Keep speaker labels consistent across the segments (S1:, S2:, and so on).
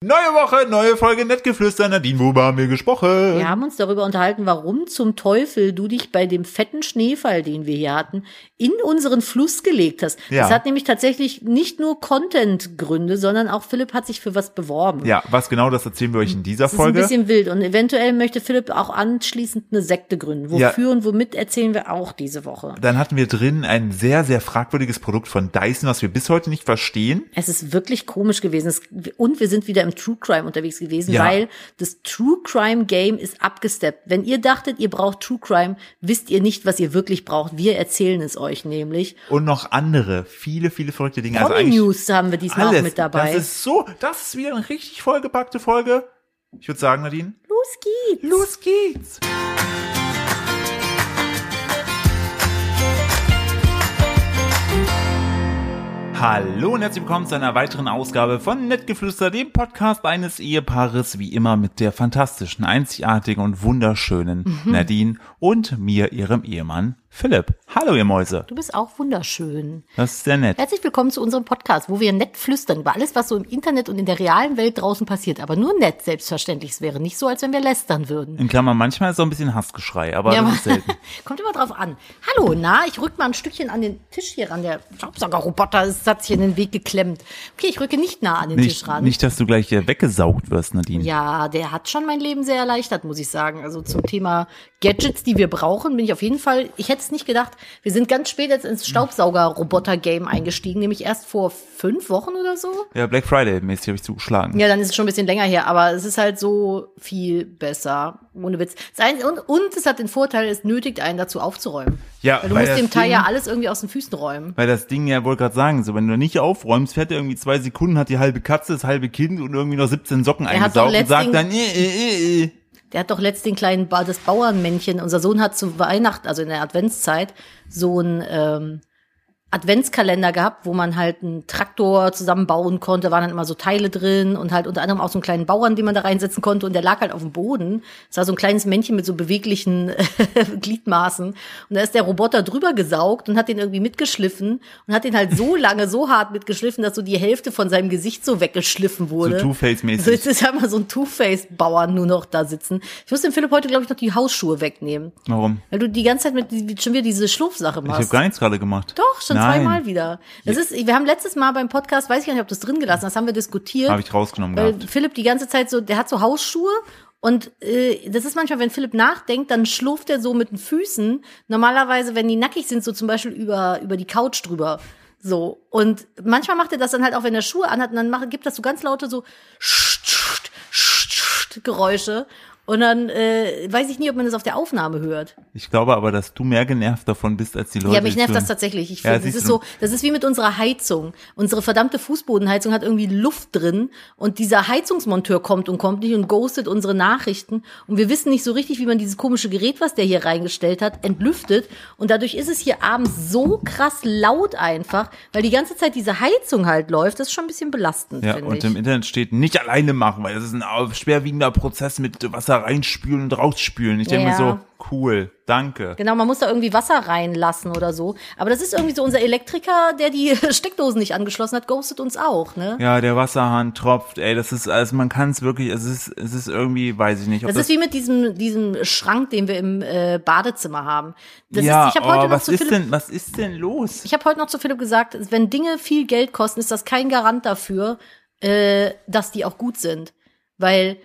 S1: Neue Woche, neue Folge Nettgeflüster. Nadine, worüber haben wir gesprochen?
S2: Wir haben uns darüber unterhalten, warum zum Teufel du dich bei dem fetten Schneefall, den wir hier hatten, in unseren Fluss gelegt hast.
S1: Ja.
S2: Das hat nämlich tatsächlich nicht nur Content-Gründe, sondern auch Philipp hat sich für was beworben.
S1: Ja, was genau, das erzählen wir euch in dieser
S2: Das ist ein
S1: Folge.
S2: bisschen wild und eventuell möchte Philipp auch anschließend eine Sekte gründen.
S1: Ja.
S2: Wofür und womit erzählen wir auch diese Woche.
S1: Dann hatten wir drin ein sehr, sehr fragwürdiges Produkt von Dyson, was wir bis heute nicht verstehen.
S2: Es ist wirklich komisch gewesen. Es, und wir sind wieder im True Crime unterwegs gewesen,
S1: Ja.
S2: weil das True Crime Game ist abgesteppt. Wenn ihr dachtet, ihr braucht True Crime, wisst ihr nicht, was ihr wirklich braucht. Wir erzählen es euch nämlich.
S1: Und noch andere, viele, viele verrückte Dinge.
S2: Promi
S1: also eigentlich
S2: News haben wir diesmal
S1: alles.
S2: auch mit dabei.
S1: Das ist so, das ist wieder eine richtig vollgepackte Folge. Ich würde sagen, Nadine,
S2: Los geht's.
S1: los geht's. Hallo und herzlich willkommen zu einer weiteren Ausgabe von Nettgeflüster, dem Podcast eines Ehepaares, wie immer mit der fantastischen, einzigartigen und wunderschönen
S2: Mhm.
S1: Nadine und mir, ihrem Ehemann Philipp. Hallo, ihr Mäuse.
S2: Du bist auch wunderschön.
S1: Das ist sehr nett.
S2: Herzlich willkommen zu unserem Podcast, wo wir nett flüstern über alles, was so im Internet und in der realen Welt draußen passiert. Aber nur nett, selbstverständlich. Es wäre nicht so, als wenn wir lästern würden.
S1: In Klammern, manchmal ist so ein bisschen Hassgeschrei, aber das ist selten.
S2: kommt immer drauf an. Hallo, na, ich rück mal ein Stückchen an den Tisch hier ran. Der Staubsaugerroboter ist- hat sich in den Weg geklemmt. Okay, ich rücke nicht nah an den
S1: Nicht,
S2: Tisch ran.
S1: nicht, dass du gleich äh, weggesaugt wirst, Nadine.
S2: Ja, der hat schon mein Leben sehr erleichtert, muss ich sagen. Also zum Thema Gadgets, die wir brauchen, bin ich auf jeden Fall, ich hätte es nicht gedacht, wir sind ganz spät jetzt ins Staubsauger-Roboter-Game eingestiegen, nämlich erst vor fünf Wochen oder so.
S1: Ja, Black Friday-mäßig habe ich zugeschlagen.
S2: Ja, dann ist es schon ein bisschen länger her, aber es ist halt so viel besser, ohne Witz. Das Einzige- Und, und es hat den Vorteil, es nötigt einen dazu aufzuräumen.
S1: Ja,
S2: weil du
S1: weil
S2: musst dem
S1: das
S2: Teil ja
S1: Ding-
S2: alles irgendwie aus den Füßen räumen.
S1: Weil das Ding ja, wollte gerade sagen, so, wenn du nicht aufräumst, fährt er irgendwie zwei Sekunden, hat die halbe Katze, das halbe Kind und irgendwie noch 17 Socken
S2: hat doch
S1: eingesaugt und sagt
S2: letztens-
S1: dann, äh, äh, äh, äh.
S2: Der hat doch letzt den kleinen ba das Bauernmännchen. Unser Sohn hat zu Weihnachten, also in der Adventszeit, so ein ähm, Adventskalender gehabt, wo man halt einen Traktor zusammenbauen konnte, waren dann immer so Teile drin und halt unter anderem auch so einen kleinen Bauern, den man da reinsetzen konnte und der lag halt auf dem Boden. Es war so ein kleines Männchen mit so beweglichen Gliedmaßen und da ist der Roboter drüber gesaugt und hat den irgendwie mitgeschliffen und hat den halt so lange, so hart mitgeschliffen, dass so die Hälfte von seinem Gesicht so weggeschliffen wurde. So,
S1: Two-Face-mäßig.
S2: jetzt ist einmal so ein Two-Face-Bauer nur noch da sitzen. Ich muss dem Philipp heute, glaube ich, noch die Hausschuhe wegnehmen.
S1: Warum?
S2: Weil du die ganze Zeit mit die- schon wieder diese Schlurfsache
S1: Ich habe
S2: machst.
S1: gar nichts gerade gemacht.
S2: Doch, schon
S1: Nein,
S2: zweimal wieder. Das ist, wir haben letztes Mal beim Podcast, weiß ich gar nicht, ob du es drin gelassen hast, haben wir diskutiert.
S1: Habe ich rausgenommen
S2: weil
S1: gehabt.
S2: Philipp die ganze Zeit so, der hat so Hausschuhe und äh, das ist manchmal, wenn Philipp nachdenkt, dann schlurft er so mit den Füßen. Normalerweise, wenn die nackig sind, so zum Beispiel über, über die Couch drüber. So. Und manchmal macht er das dann halt auch, wenn er Schuhe anhat und dann macht, gibt das so ganz laute so Geräusche. Und dann äh, weiß ich nie, ob man das auf der Aufnahme hört.
S1: Ich glaube aber, dass du mehr genervt davon bist, als die Leute.
S2: Ja, mich
S1: die
S2: nervt das
S1: zuhören.
S2: tatsächlich. Ich
S1: Ja,
S2: finde, das
S1: siehst
S2: ist
S1: du.
S2: so, das ist wie mit unserer Heizung. Unsere verdammte Fußbodenheizung hat irgendwie Luft drin und dieser Heizungsmonteur kommt und kommt nicht und ghostet unsere Nachrichten und wir wissen nicht so richtig, wie man dieses komische Gerät, was der hier reingestellt hat, entlüftet und dadurch ist es hier abends so krass laut einfach, weil die ganze Zeit diese Heizung halt läuft. Das ist schon ein bisschen belastend,
S1: Ja,
S2: finde
S1: und
S2: ich.
S1: im Internet steht nicht alleine machen, weil das ist ein au- schwerwiegender Prozess mit Wasser reinspülen und rausspülen. Ich denke mir
S2: Ja.
S1: so, cool, danke.
S2: Genau, man muss da irgendwie Wasser reinlassen oder so. Aber das ist irgendwie so unser Elektriker, der die Steckdosen nicht angeschlossen hat, ghostet uns auch, ne?
S1: Ja, der Wasserhahn tropft, ey, das ist, also man kann es wirklich, es ist, es ist irgendwie, weiß ich nicht, ob
S2: Das,
S1: das,
S2: ist wie mit diesem, diesem Schrank, den wir im äh, Badezimmer haben. Das
S1: ja,
S2: ist, ich habe
S1: aber
S2: heute, noch
S1: was
S2: zu
S1: ist
S2: Philipp-
S1: denn, was ist denn los?
S2: ich hab heute noch zu Philipp gesagt, wenn Dinge viel Geld kosten, ist das kein Garant dafür, äh, dass die auch gut sind. Weil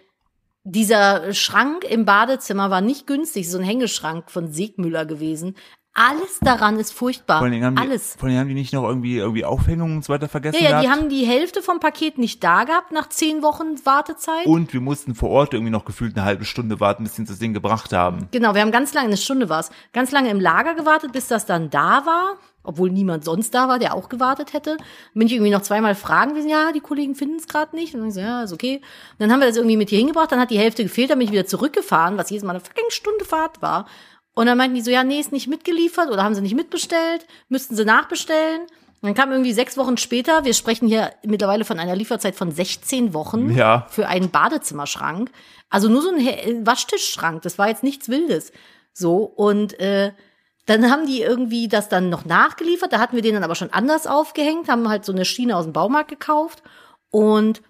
S2: dieser Schrank im Badezimmer war nicht günstig, so ein Hängeschrank von Segmüller gewesen. Alles daran ist furchtbar.
S1: Vor allen Dingen haben die,
S2: Alles.
S1: Vor allen Dingen haben die nicht noch irgendwie, irgendwie Aufhängungen und so weiter vergessen
S2: Ja, ja, die
S1: gehabt.
S2: haben die Hälfte vom Paket nicht da gehabt nach zehn Wochen Wartezeit.
S1: und wir mussten vor Ort irgendwie noch gefühlt eine halbe Stunde warten, bis sie uns das Ding gebracht haben.
S2: Genau, wir haben ganz lange, eine Stunde war's, ganz lange im Lager gewartet, bis das dann da war. Obwohl niemand sonst da war, der auch gewartet hätte. Bin ich irgendwie noch zweimal fragen gewesen, ja, die Kollegen finden es gerade nicht. Und dann ich so, ja, ist okay. Und dann haben wir das irgendwie mit hier hingebracht, dann hat die Hälfte gefehlt, dann bin ich wieder zurückgefahren, was jedes Mal eine fucking Stunde Fahrt war. Und dann meinten die so, ja, nee, ist nicht mitgeliefert oder haben sie nicht mitbestellt, müssten sie nachbestellen. Und dann kam irgendwie sechs Wochen später, wir sprechen hier mittlerweile von einer Lieferzeit von 16 Wochen
S1: Ja.
S2: für einen Badezimmerschrank. Also nur so ein He- äh, Waschtischschrank, das war jetzt nichts Wildes. So, und äh, dann haben die irgendwie das dann noch nachgeliefert, da hatten wir den dann aber schon anders aufgehängt, haben halt so eine Schiene aus dem Baumarkt gekauft und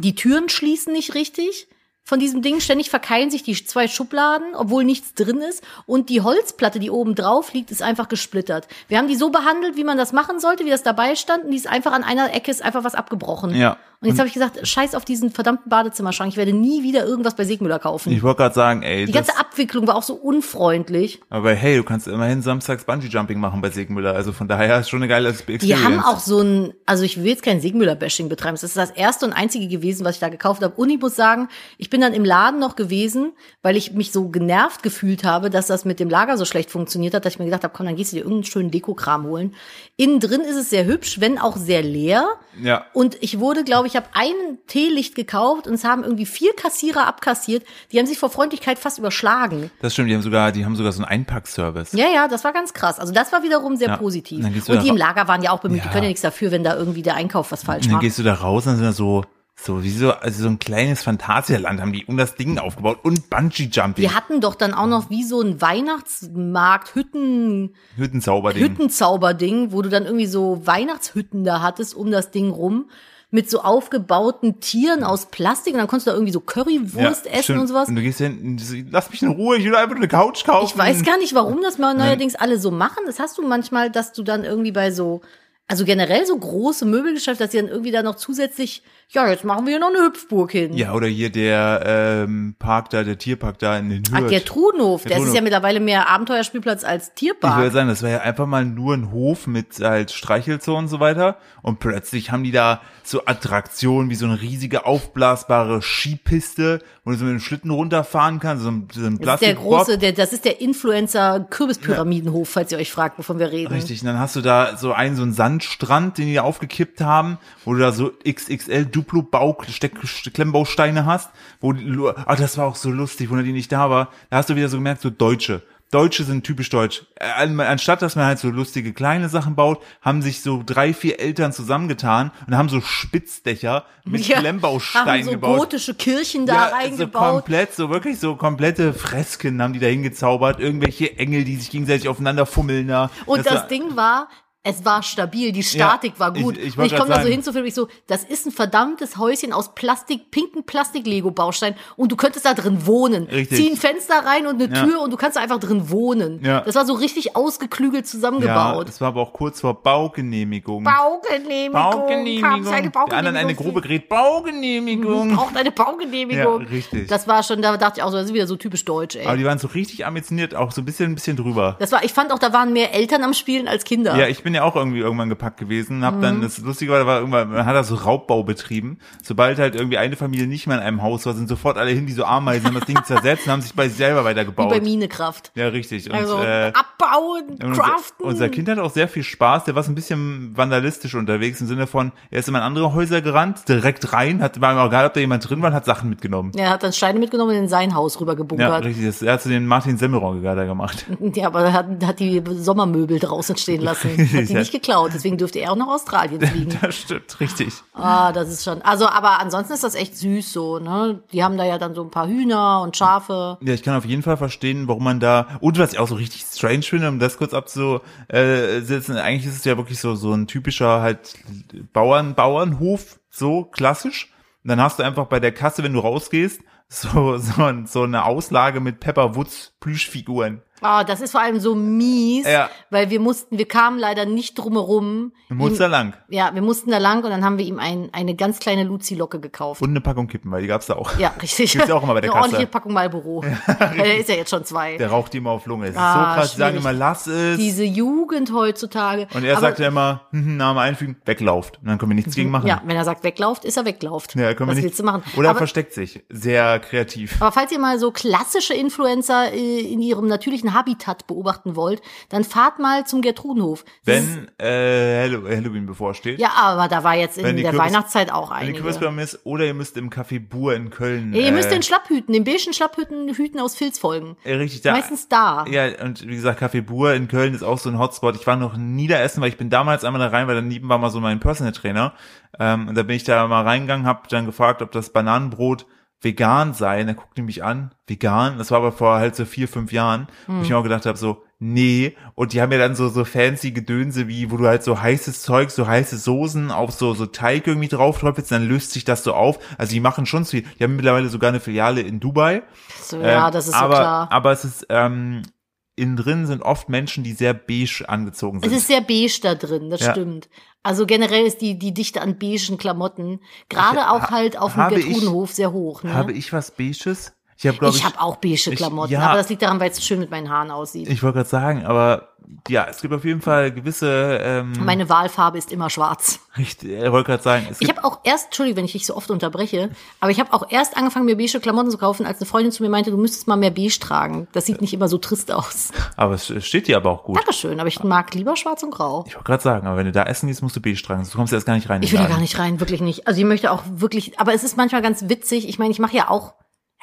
S2: Die Türen schließen nicht richtig von diesem Ding. Ständig verkeilen sich die zwei Schubladen, obwohl nichts drin ist. Und die Holzplatte, die oben drauf liegt, ist einfach gesplittert. Wir haben die so behandelt, wie man das machen sollte, wie das dabei stand. Und die ist einfach an einer Ecke ist einfach was abgebrochen.
S1: Ja.
S2: Und jetzt habe ich gesagt, scheiß auf diesen verdammten Badezimmerschrank. Ich werde nie wieder irgendwas bei Segmüller kaufen.
S1: Ich wollte gerade sagen, ey,
S2: Mhm. die
S1: das,
S2: ganze Abwicklung war auch so unfreundlich.
S1: aber hey, du kannst immerhin samstags Bungee-Jumping machen bei Segmüller. Also von daher ist schon eine geile Experience.
S2: Die haben auch so ein, also ich will jetzt kein Sigmüller-Bashing betreiben. Das ist das erste und einzige gewesen, was ich da gekauft habe. Und ich muss sagen, ich bin dann im Laden noch gewesen, weil ich mich so genervt gefühlt habe, dass das mit dem Lager so schlecht funktioniert hat, dass ich mir gedacht habe, komm, dann gehst du dir irgendeinen schönen Dekokram holen. Innen drin ist es sehr hübsch, wenn auch sehr leer.
S1: Ja.
S2: Und ich wurde, glaube ich, habe ein Teelicht gekauft und es haben irgendwie vier Kassierer abkassiert. Die haben sich vor Freundlichkeit fast überschlagen.
S1: Das stimmt, die haben sogar, die haben sogar so einen Einpackservice.
S2: Ja, ja, das war ganz krass. Also das war wiederum sehr
S1: Ja,
S2: positiv.
S1: dann gehst du
S2: Und
S1: da
S2: die im
S1: ra-
S2: Lager waren ja auch bemüht, die
S1: Ja.
S2: können ja nichts dafür, wenn da irgendwie der Einkauf was falsch
S1: Und dann
S2: macht.
S1: gehst du da raus und dann sind da so, so wie so, also so ein kleines Phantasialand haben die um das Ding aufgebaut und Bungee-Jumping.
S2: Wir hatten doch dann auch noch wie so ein Weihnachtsmarkt, Hütten,
S1: Mhm. Hüttenzauber-Ding.
S2: Hüttenzauberding, wo du dann irgendwie so Weihnachtshütten da hattest um das Ding rum mit so aufgebauten Tieren aus Plastik und dann konntest du da irgendwie so Currywurst essen
S1: stimmt.
S2: und sowas.
S1: Und du gehst hin, lass mich in Ruhe, ich will einfach nur eine Couch kaufen.
S2: Ich weiß gar nicht, warum das
S1: Hm.
S2: mal neuerdings alle so machen. Das hast du manchmal, dass du dann irgendwie bei so, also generell so große Möbelgeschäfte, dass die dann irgendwie da noch zusätzlich, ja, jetzt machen wir hier noch eine Hüpfburg hin.
S1: Ja, oder hier der ähm, Park da, der Tierpark da in den
S2: Ach,
S1: Hürth.
S2: der Trudenhof, der,
S1: Der
S2: ist
S1: Trudenhof.
S2: ja mittlerweile mehr Abenteuerspielplatz
S1: Ich
S2: als
S1: würde
S2: Tierpark.
S1: sagen, das war ja einfach mal nur ein Hof mit halt Streichelzoo und so weiter. Und plötzlich haben die da so Attraktionen wie so eine riesige aufblasbare Skipiste, wo du so mit dem Schlitten runterfahren kannst, so ein, so ein
S2: Das ist der
S1: Plastikbob.
S2: große, der, das ist der Influencer Kürbispyramidenhof, falls ihr euch fragt, wovon wir reden.
S1: Richtig, und dann hast du da so einen, so einen Sandstrand, den die da aufgekippt haben, wo du da so XXL Duplo Bau, Steck, Klemmbausteine hast, wo, die Lu- ah, das war auch so lustig, wo die nicht da war, da hast du wieder so gemerkt, so Deutsche. Deutsche sind typisch deutsch. Äh, an- Anstatt, dass man halt so lustige kleine Sachen baut, haben sich so drei, vier Eltern zusammengetan und haben so Spitzdächer mit
S2: Ja,
S1: Klemmbausteinen
S2: haben so
S1: gebaut.
S2: gotische Kirchen da
S1: So
S2: reingebaut.
S1: komplett, so wirklich so komplette Fresken haben die da hingezaubert. Irgendwelche Engel, die sich gegenseitig aufeinander fummeln da.
S2: Und das,
S1: war-
S2: Ding war, es war stabil, die Statik
S1: Ja,
S2: war gut.
S1: ich- ich
S2: und
S1: wollt
S2: ich komme
S1: grad
S2: da so
S1: sagen.
S2: hin zu Philipp, ich so, das ist ein verdammtes Häuschen aus Plastik, pinken Plastik-Lego-Baustein und du könntest da drin wohnen.
S1: Richtig.
S2: Zieh ein Fenster rein und eine
S1: Ja.
S2: Tür und du kannst da einfach drin wohnen.
S1: Ja.
S2: Das war so richtig ausgeklügelt
S1: Ja,
S2: zusammengebaut.
S1: es war aber auch kurz vor Baugenehmigung.
S2: Baugenehmigung. Haben Sie eine Baugenehmigung.
S1: Der anderen eine Grube gerät. Baugenehmigung.
S2: Braucht eine Baugenehmigung.
S1: Ja, Ah. richtig.
S2: Das war schon, da dachte ich auch so, das ist wieder so typisch deutsch,
S1: Aber
S2: ey.
S1: die waren so richtig ambitioniert, auch so ein bisschen, ein bisschen drüber.
S2: Das war, ich fand auch, da waren mehr Eltern am Spielen als Kinder.
S1: Ja, ich bin ja auch irgendwie irgendwann gepackt gewesen, hab
S2: Mhm.
S1: dann, das Lustige war, da war irgendwann, man hat da so Raubbau betrieben. Sobald halt irgendwie eine Familie nicht mehr in einem Haus war, sind sofort alle hin, die so Ameisen, haben das Ding zersetzt und haben sich bei sich selber
S2: Wie bei
S1: weitergebaut.
S2: Minekraft.
S1: Ja, richtig. Und,
S2: Also
S1: äh,
S2: abbauen,
S1: Und
S2: craften.
S1: Unser, unser Kind hat auch sehr viel Spaß. Der war so ein bisschen vandalistisch unterwegs im Sinne von, er ist immer in andere Häuser gerannt, direkt rein, hat, war ihm egal, ob da jemand drin war, und hat Sachen mitgenommen.
S2: er hat dann Steine mitgenommen und in sein Haus
S1: Ja,
S2: rübergebunkert.
S1: richtig. Das, er hat so den Martin Semmelronger da gemacht.
S2: Ja, aber er hat, hat die Sommermöbel draußen stehen lassen. Hat die
S1: Ja.
S2: nicht geklaut. Deswegen dürfte er auch nach Australien fliegen.
S1: Das stimmt, richtig.
S2: Ah, das ist schon. Also, aber ansonsten ist das echt süß so, ne? Die haben da ja dann so ein paar Hühner und Schafe.
S1: Ja, ich kann auf jeden Fall verstehen, warum man da, und was ich auch so richtig strange finde, um das kurz abzusetzen, eigentlich ist es ja wirklich so, so ein typischer halt Bauern, Bauernhof, so klassisch. Und dann hast du einfach bei der Kasse, wenn du rausgehst, so, so, ein- so eine Auslage mit Pepper Woods Plüschfiguren.
S2: Ah, das ist vor allem so mies,
S1: Ja.
S2: weil wir mussten, wir kamen leider nicht drumherum.
S1: Du musst da lang.
S2: Ja, wir mussten da lang und dann haben wir ihm ein, eine ganz kleine Luzi-Locke gekauft.
S1: Und eine Packung Kippen, weil die gab's da auch.
S2: ja, richtig.
S1: Gibt's ja auch immer bei der
S2: Eine
S1: Kasse.
S2: ordentliche Packung Marlboro. Weil der ist ja jetzt schon zwei.
S1: Der raucht die immer auf Lunge. Das ist
S2: Ah,
S1: so krass, die sagen
S2: schwierig.
S1: immer, lass es.
S2: diese Jugend heutzutage.
S1: und er
S2: Aber- Mhm.
S1: sagt ja immer, hm, Name einfügen, weglauft. Und dann können wir nichts gegen machen.
S2: Ja, wenn er sagt, weglauft, ist er weglauft.
S1: Ja, können wir
S2: Was
S1: nicht.
S2: willst du machen?
S1: Oder er
S2: aber,
S1: versteckt sich. Sehr kreativ.
S2: aber falls ihr mal so klassische Influencer äh, in ihrem natürlichen Habitat beobachten wollt, dann fahrt mal zum Gertrudenhof. Das ist-
S1: Wenn äh, Hallo- Halloween bevorsteht.
S2: Ja, aber da war jetzt in
S1: Wenn die
S2: der
S1: Kürbis-
S2: Weihnachtszeit auch
S1: Wenn die
S2: einige.
S1: Kürbisbäume ist, oder ihr müsst im Café Bur in Köln.
S2: Ja, ihr müsst
S1: äh,
S2: den Schlapphüten, den beigen Schlapphüten Hüten aus Filz folgen.
S1: äh, richtig da.
S2: meistens da.
S1: Ja, und wie gesagt, Café Bur in Köln ist auch so ein Hotspot. Ich war noch nie da essen, weil ich bin damals einmal da rein, weil daneben war mal so mein Personal Trainer. Ähm, und da bin ich da mal reingegangen, hab dann gefragt, ob das Bananenbrot vegan sei. Und er guckte mich an, vegan. Das war aber vor halt so vier, fünf Jahren, wo ich mir auch gedacht habe, so, nee. Und die haben ja dann so, so fancy Gedönse wie, wo du halt so heißes Zeug, so heiße Soßen auf so, so Teig irgendwie drauf träufelst, dann löst sich das so auf. Also die machen schon viel. Die haben mittlerweile sogar eine Filiale in Dubai.
S2: So, ja,
S1: Ähm,
S2: das ist
S1: aber,
S2: so klar.
S1: Aber es ist, ähm, innen drin sind oft Menschen, die sehr beige angezogen
S2: Es
S1: sind.
S2: ist sehr beige da drin, das
S1: Ja.
S2: stimmt. Also generell ist die, die Dichte an beigen Klamotten, gerade auch halt auf dem
S1: habe ich-
S2: Gertrudenhof sehr hoch. Ne?
S1: Habe ich was Beiges? Ich habe, glaube
S2: ich
S1: ich,
S2: habe auch beige
S1: ich-
S2: Klamotten,
S1: ja.
S2: aber das liegt daran, weil es schön mit meinen Haaren aussieht.
S1: ich wollte gerade sagen, aber ja, es gibt auf jeden Fall gewisse, ähm,
S2: Meine Wahlfarbe ist immer schwarz.
S1: ich äh, wollte gerade sagen, es
S2: Ich
S1: gibt,
S2: habe auch erst, Entschuldigung, wenn ich dich so oft unterbreche, aber ich habe auch erst angefangen, mir beige Klamotten zu kaufen, als eine Freundin zu mir meinte, du müsstest mal mehr beige tragen. Das sieht nicht immer so trist aus.
S1: aber es steht dir aber auch gut.
S2: Dankeschön, aber ich mag lieber schwarz und grau.
S1: Ich wollte gerade sagen, aber wenn du da essen gehst, musst du beige tragen, sonst kommst du erst gar nicht rein. in
S2: Ich
S1: den
S2: will da
S1: Laden.
S2: gar nicht rein, wirklich nicht. Also ich möchte auch wirklich, aber es ist manchmal ganz witzig. Ich meine, ich mache ja auch,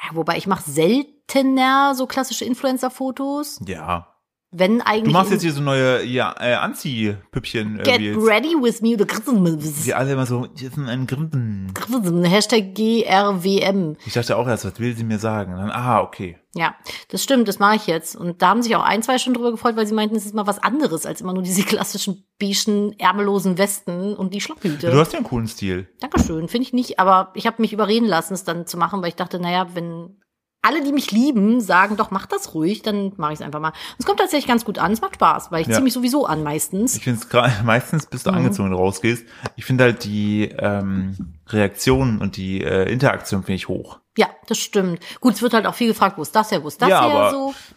S2: ja, wobei ich mache seltener so klassische Influencer-Fotos,
S1: Ja.
S2: wenn
S1: Du
S2: eigentlich.
S1: machst jetzt
S2: in-
S1: hier so neue ja, äh, Anziehpüppchen
S2: Get
S1: irgendwie. jetzt.
S2: ready with me oder Christmas.
S1: Wir alle immer so, die sind ein Grimpen.
S2: Christmas. Hashtag GRWM.
S1: Ich dachte auch erst, was will sie mir sagen? Und dann, ah, okay.
S2: Ja, das stimmt, das mache ich jetzt. Und da haben sich auch ein, zwei schon drüber gefreut, weil sie meinten, es ist mal was anderes als immer nur diese klassischen beigen, ärmellosen Westen und die Schlapphüte.
S1: Du hast ja einen coolen Stil.
S2: Dankeschön, finde ich nicht, aber ich habe mich überreden lassen, es dann zu machen, weil ich dachte, naja, wenn alle, die mich lieben, sagen, doch, mach das ruhig, dann mache ich es einfach mal. Und es kommt tatsächlich ganz gut an, es macht Spaß, weil ich
S1: Ja.
S2: ziehe mich sowieso an meistens.
S1: Ich finde es gerade, meistens bist du
S2: Mhm.
S1: angezogen, wenn du rausgehst. Ich finde halt die ähm, Reaktion und die äh, Interaktion finde ich hoch.
S2: Ja, das stimmt. Gut, es wird halt auch viel gefragt, wo ist das her, wo ist das
S1: Ja,
S2: her,
S1: aber-
S2: so.
S1: Bombst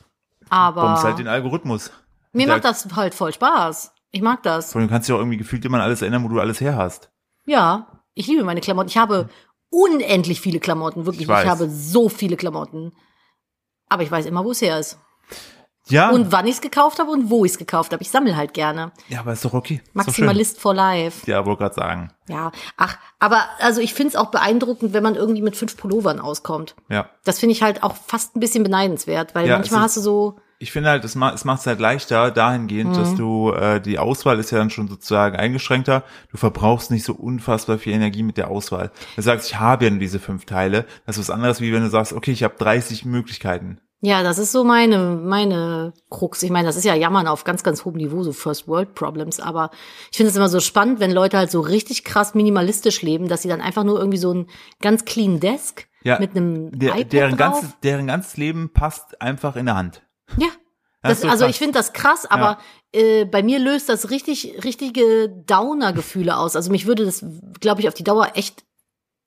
S2: Aber
S1: halt den Algorithmus.
S2: mir
S1: Der-
S2: macht das halt voll Spaß. Ich mag das.
S1: Vor allem kannst du ja auch irgendwie gefühlt immer an alles erinnern, wo du alles her hast.
S2: Ja, ich liebe meine Klamotten. Ich habe unendlich viele Klamotten, wirklich.
S1: Ich
S2: Ich,
S1: weiß.
S2: habe so viele Klamotten. Aber ich weiß immer, wo es her ist.
S1: Ja,
S2: Und wann ich es gekauft habe und wo ich es gekauft habe. Ich sammle halt gerne.
S1: ja, aber Ah. ist doch okay. Ist doch schön.
S2: Maximalist for life.
S1: Ja, wollte gerade sagen.
S2: Ja, ach, aber also ich find's auch beeindruckend, wenn man irgendwie mit fünf Pullovern auskommt.
S1: Ja.
S2: Das finde ich halt auch fast ein bisschen beneidenswert, weil
S1: Ja,
S2: manchmal
S1: es
S2: hast du so,
S1: Ich finde halt, es macht es macht's halt leichter dahingehend, dass
S2: Mhm.
S1: du, äh, die Auswahl ist ja dann schon sozusagen eingeschränkter. Du verbrauchst nicht so unfassbar viel Energie mit der Auswahl. Du sagst, ich habe ja nur diese fünf Teile. Das ist was anderes, wie wenn du sagst, okay, ich habe 30 Möglichkeiten.
S2: ja, das ist so meine, meine Krux. Ich meine, das ist ja Jammern auf ganz, ganz hohem Niveau, so First World Problems, aber ich finde es immer so spannend, wenn Leute halt so richtig krass minimalistisch leben, dass sie dann einfach nur irgendwie so ein ganz clean Desk
S1: Ja,
S2: mit einem
S1: Der,
S2: iPad
S1: deren,
S2: drauf.
S1: ganzes, deren ganzes Leben passt einfach in der Hand.
S2: Ja.
S1: Das
S2: Das,
S1: ist so
S2: also
S1: krass.
S2: ich finde das krass, aber äh, bei mir löst das richtig, richtige Downer-Gefühle aus. Also mich würde das, glaube ich, auf die Dauer echt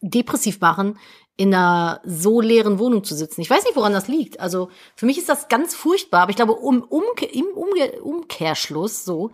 S2: depressiv machen, in einer so leeren Wohnung zu sitzen. Ich weiß nicht, woran das liegt. Also für mich ist das ganz furchtbar, aber ich glaube, um, umke im Umge Umkehrschluss so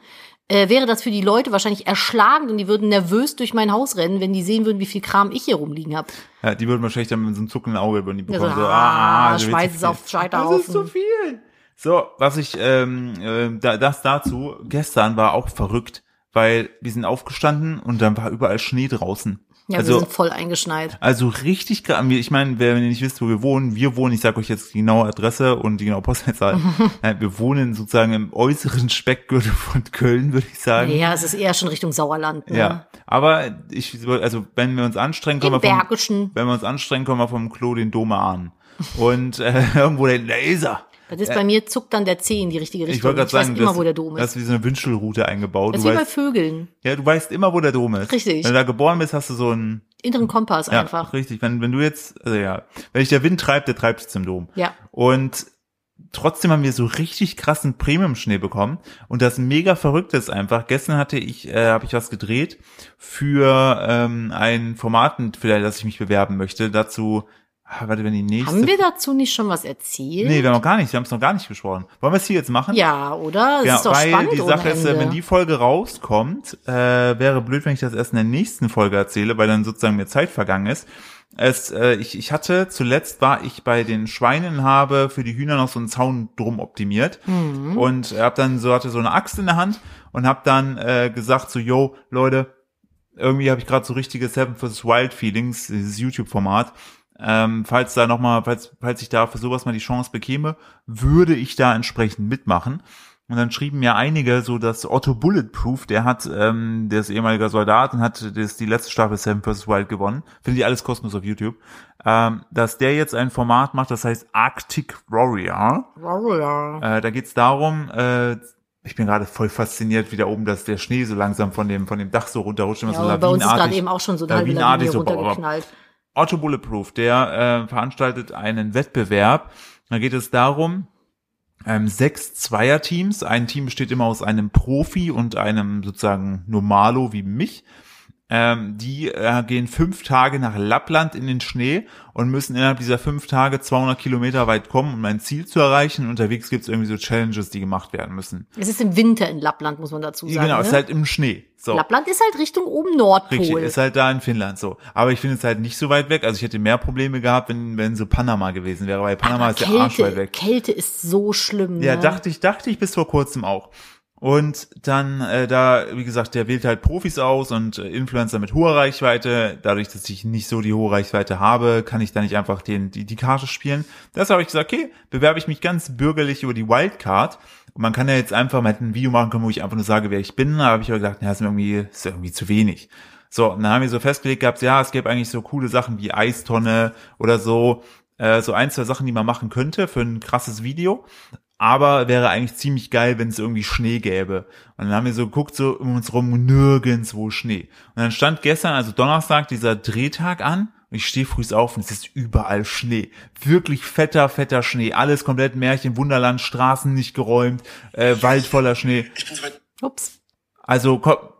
S2: äh, wäre das für die Leute wahrscheinlich erschlagend und die würden nervös durch mein Haus rennen, wenn die sehen würden, wie viel Kram ich hier rumliegen habe.
S1: Ja, die würden wahrscheinlich dann mit so einem zuckenden Auge über die
S2: Ja,
S1: bekommen.
S2: so,
S1: so,
S2: ah,
S1: du willst
S2: schmeiß
S1: zu
S2: es
S1: viel.
S2: auf den Scheiterhaufen.
S1: Das ist zu viel. So, was ich, ähm, ähm, da, das dazu, gestern war auch verrückt, weil wir sind aufgestanden und dann war überall Schnee draußen.
S2: Ja, wir
S1: also,
S2: sind voll eingeschneit.
S1: also richtig, gra- ich meine, wer- wenn ihr nicht wisst, wo wir wohnen, wir wohnen, ich sage euch jetzt die genaue Adresse und die genaue Postleitzahl. Äh, wir wohnen sozusagen im äußeren Speckgürtel von Köln, würde ich sagen.
S2: Ja, es ist eher schon Richtung Sauerland. Ne?
S1: Ja, aber ich, also wenn wir uns anstrengen, kommen
S2: Im
S1: wir vom,
S2: Bergischen.
S1: wenn wir uns anstrengen, kommen wir vom Klo den Dome an. Und äh, irgendwo da hinten, da ist er.
S2: Das ist bei mir zuckt dann der Zeh in die richtige Richtung.
S1: Ich wollte gerade
S2: weiß
S1: sagen,
S2: immer,
S1: das,
S2: wo der Dom
S1: das
S2: ist.
S1: ist wie so eine Wünschelroute eingebaut.
S2: Das
S1: Du
S2: ist wie bei
S1: weißt,
S2: Vögeln.
S1: ja, du weißt immer, wo der Dom ist.
S2: Richtig.
S1: Wenn du da geboren bist, hast du so einen
S2: Inneren Kompass
S1: ja,
S2: einfach.
S1: Richtig. Wenn, wenn du jetzt, also ja, wenn dich der Wind treibt, der treibt dich zum Dom.
S2: Ja.
S1: Und trotzdem haben wir so richtig krassen Premium-Schnee bekommen. Und das mega Verrückte ist einfach, gestern hatte ich, äh, habe ich was gedreht für ähm, ein Format, für das ich mich bewerben möchte. Dazu, ah, warte, wenn die nächste.
S2: Haben wir dazu nicht schon was erzählt?
S1: Nee, wir haben noch gar nicht, wir haben es noch gar nicht besprochen. Wollen wir es hier jetzt machen?
S2: Ja, oder? Das ist doch
S1: weil
S2: spannend
S1: die Sache
S2: ohne
S1: ist, äh,
S2: Ende.
S1: wenn die Folge rauskommt, äh, wäre blöd, wenn ich das erst in der nächsten Folge erzähle, weil dann sozusagen mir Zeit vergangen ist. Es, äh, ich, ich hatte zuletzt war ich bei den Schweinen habe für die Hühner noch so einen Zaun drum optimiert
S2: Mhm.
S1: und habe dann so hatte so eine Axt in der Hand und habe dann äh, gesagt so yo Leute irgendwie habe ich gerade so richtige Seven vs Wild Feelings, dieses YouTube-Format. Ähm, falls da noch mal, falls, falls ich da für sowas mal die Chance bekäme, würde ich da entsprechend mitmachen. Und dann schrieben mir einige so, dass Otto Bulletproof, der hat, ähm, der ist ehemaliger Soldat und hat das, die letzte Staffel Seven vs. Wild gewonnen. Findet ihr alles kostenlos auf YouTube. Ähm, dass der jetzt ein Format macht, das heißt Arctic Warrior.
S2: Warrior.
S1: Äh, da geht's darum, äh, ich bin gerade voll fasziniert, wie da oben, dass der Schnee so langsam von dem, von dem Dach so runterrutscht. Immer
S2: Ja,
S1: so
S2: aber bei uns ist gerade
S1: lawinenartig.
S2: eben auch schon so eine halbe Lawine
S1: lawinenartig
S2: hier
S1: so ba- ba-
S2: runtergeknallt.
S1: Otto Bulletproof, der äh, veranstaltet einen Wettbewerb. Da geht es darum, ähm, sechs Zweierteams. Ein Team besteht immer aus einem Profi und einem sozusagen Normalo wie mich. Ähm, die äh, gehen fünf Tage nach Lappland in den Schnee und müssen innerhalb dieser fünf Tage 200 Kilometer weit kommen, um ein Ziel zu erreichen. Und unterwegs gibt es irgendwie so Challenges, die gemacht werden müssen.
S2: Es ist im Winter in Lappland, muss man dazu sagen.
S1: genau,
S2: ne?
S1: ist halt im Schnee. So.
S2: Lappland ist halt Richtung oben Nordpol.
S1: Richtig, ist halt da in Finnland so. Aber ich finde es halt nicht so weit weg. Also ich hätte mehr Probleme gehabt, wenn, wenn so Panama gewesen wäre, weil Panama
S2: Aber
S1: ist ja arschweit
S2: Kälte,
S1: weg.
S2: Kälte ist so schlimm.
S1: Ja,
S2: ne?
S1: dachte ich, dachte ich bis vor kurzem auch. Und dann äh, da, wie gesagt, der wählt halt Profis aus und äh, Influencer mit hoher Reichweite. Dadurch, dass ich nicht so die hohe Reichweite habe, kann ich da nicht einfach den, die, die Karte spielen. Das habe ich gesagt, okay, bewerbe ich mich ganz bürgerlich über die Wildcard. Und man kann ja jetzt einfach mal ein Video machen können, wo ich einfach nur sage, wer ich bin. Da habe ich aber gedacht, na, ist mir irgendwie, ist ja irgendwie zu wenig. So, und dann haben wir so festgelegt gehabt, ja, es gäbe eigentlich so coole Sachen wie Eistonne oder so, äh, so ein, zwei Sachen, die man machen könnte für ein krasses Video. Aber wäre eigentlich ziemlich geil, wenn es irgendwie Schnee gäbe. Und dann haben wir so geguckt, so um uns rum, nirgendwo Schnee. Und dann stand gestern, also Donnerstag, dieser Drehtag an. Und ich stehe früh auf und es ist überall Schnee. Wirklich fetter, fetter Schnee. Alles komplett Märchen, Wunderland, Straßen nicht geräumt, äh, Wald voller Schnee.
S3: Ich bin soweit.
S2: Ups.
S1: Also ko-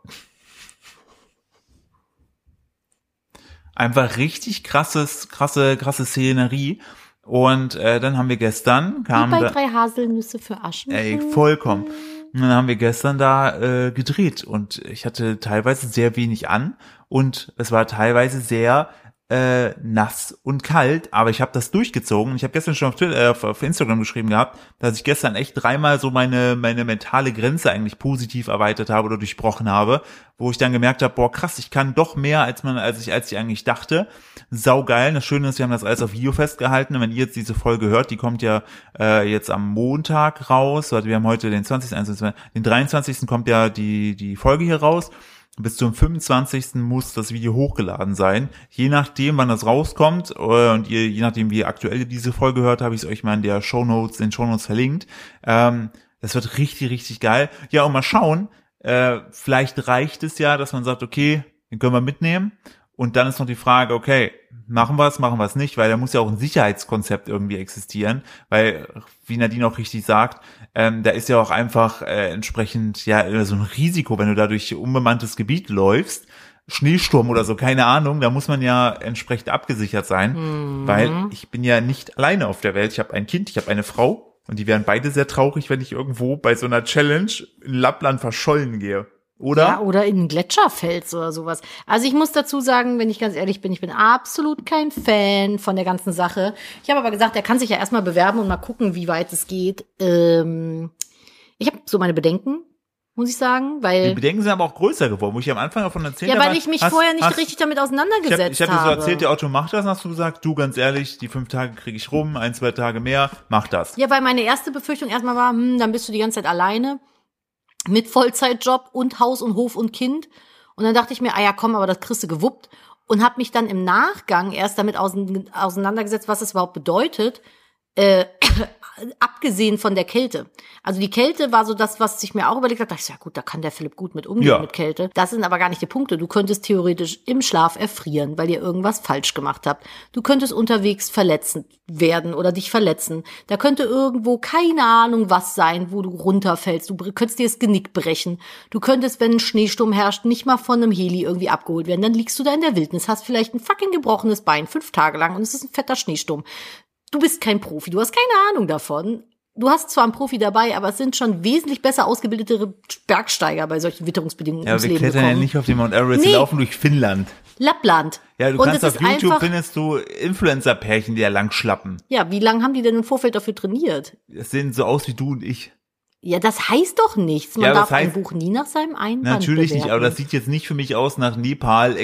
S1: einfach richtig krasses, krasse, krasse Szenerie. Und äh, dann haben wir gestern
S2: Wie
S1: kam
S2: bei
S1: da,
S2: drei Haselnüsse für Aschen.
S1: ey, vollkommen. Und dann haben wir gestern da äh, gedreht und ich hatte teilweise sehr wenig an und es war teilweise sehr äh, nass und kalt, aber ich habe das durchgezogen. Ich habe gestern schon auf, Twitter, äh, auf, auf Instagram geschrieben gehabt, dass ich gestern echt dreimal so meine meine mentale Grenze eigentlich positiv erweitert habe oder durchbrochen habe, wo ich dann gemerkt habe, boah krass, ich kann doch mehr als man als ich als ich eigentlich dachte. Saugeil. Das Schöne ist, wir haben das alles auf Video festgehalten. Und wenn ihr jetzt diese Folge hört, die kommt ja äh, jetzt am Montag raus. Warte, wir haben heute den 20. 21., den 23. kommt ja die die Folge hier raus. Bis zum 25. muss das Video hochgeladen sein. Je nachdem, wann das rauskommt äh, und ihr, je nachdem, wie ihr aktuell diese Folge hört, habe ich es euch mal in der Show Notes, in den Show Notes verlinkt. Ähm, das wird richtig, richtig geil. Ja, und mal schauen. Äh, vielleicht reicht es ja, dass man sagt, okay, den können wir mitnehmen. Und dann ist noch die Frage, okay, machen wir es, machen wir es nicht, weil da muss ja auch ein Sicherheitskonzept irgendwie existieren, weil, wie Nadine auch richtig sagt, ähm, da ist ja auch einfach äh, entsprechend ja so ein Risiko, wenn du da durch unbemanntes Gebiet läufst, Schneesturm oder so, keine Ahnung, da muss man ja entsprechend abgesichert sein,
S2: Mhm.
S1: weil ich bin ja nicht alleine auf der Welt, ich habe ein Kind, ich habe eine Frau und die wären beide sehr traurig, wenn ich irgendwo bei so einer Challenge in Lappland verschollen gehe, oder?
S2: Ja, oder in einen Gletscher fällst oder sowas. Also ich muss dazu sagen, wenn ich ganz ehrlich bin, ich bin absolut kein Fan von der ganzen Sache. Ich habe aber gesagt, er kann sich ja erstmal bewerben und mal gucken, wie weit es geht. Ähm, ich habe so meine Bedenken, muss ich sagen,
S1: Die
S2: weil
S1: Bedenken sind aber auch größer geworden, wo ich am Anfang davon erzählt
S2: ja,
S1: habe.
S2: weil ich mich
S1: hast-
S2: vorher nicht
S1: hast-
S2: richtig damit
S1: Ich habe
S2: auseinandergesetzt
S1: ich hab dir so
S2: habe.
S1: erzählt, der Otto macht das, und hast du gesagt, du ganz ehrlich, die fünf Tage kriege ich rum, ein, zwei Tage mehr, mach das.
S2: Ja, weil meine erste Befürchtung erstmal war, hm, dann bist du die ganze Zeit alleine mit Vollzeitjob und Haus und Hof und Kind. Und dann dachte ich mir, ah ja, komm, aber das kriegst du gewuppt. Und habe mich dann im Nachgang erst damit ausein- auseinandergesetzt, was es überhaupt bedeutet, äh, abgesehen von der Kälte. Also die Kälte war so das, was ich mir auch überlegt habe. Da dachte ich, so, ja gut, da kann der Philipp gut mit umgehen
S1: Ja.
S2: mit Kälte. Das sind aber gar nicht die Punkte. Du könntest theoretisch im Schlaf erfrieren, weil ihr irgendwas falsch gemacht habt. Du könntest unterwegs verletzend werden oder dich verletzen. Da könnte irgendwo keine Ahnung was sein, wo du runterfällst. Du br- könntest dir das Genick brechen. Du könntest, wenn ein Schneesturm herrscht, nicht mal von einem Heli irgendwie abgeholt werden. Dann liegst du da in der Wildnis, hast vielleicht ein fucking gebrochenes Bein fünf Tage lang und es ist ein fetter Schneesturm du bist kein Profi, du hast keine Ahnung davon. Du hast zwar einen Profi dabei, aber es sind schon wesentlich besser ausgebildetere Bergsteiger bei solchen Witterungsbedingungen
S1: Ja, aber
S2: ums
S1: wir
S2: Leben
S1: klettern ja
S2: gekommen.
S1: nicht auf den Mount Everest,
S2: Nee.
S1: wir laufen durch Finnland.
S2: Lappland.
S1: Ja, du
S2: Und
S1: kannst
S2: es
S1: auf
S2: ist
S1: YouTube
S2: einfach,
S1: findest du Influencer-Pärchen, die da lang schlappen.
S2: ja, wie lange haben die denn im Vorfeld dafür trainiert?
S1: Das sehen so aus wie du und ich.
S2: Ja, das heißt doch nichts. Man
S1: Ja, das
S2: darf ein
S1: heißt-
S2: Buch nie nach seinem Einwand
S1: Natürlich nicht, aber
S2: bewerten.
S1: das sieht jetzt nicht für mich aus nach Nepal,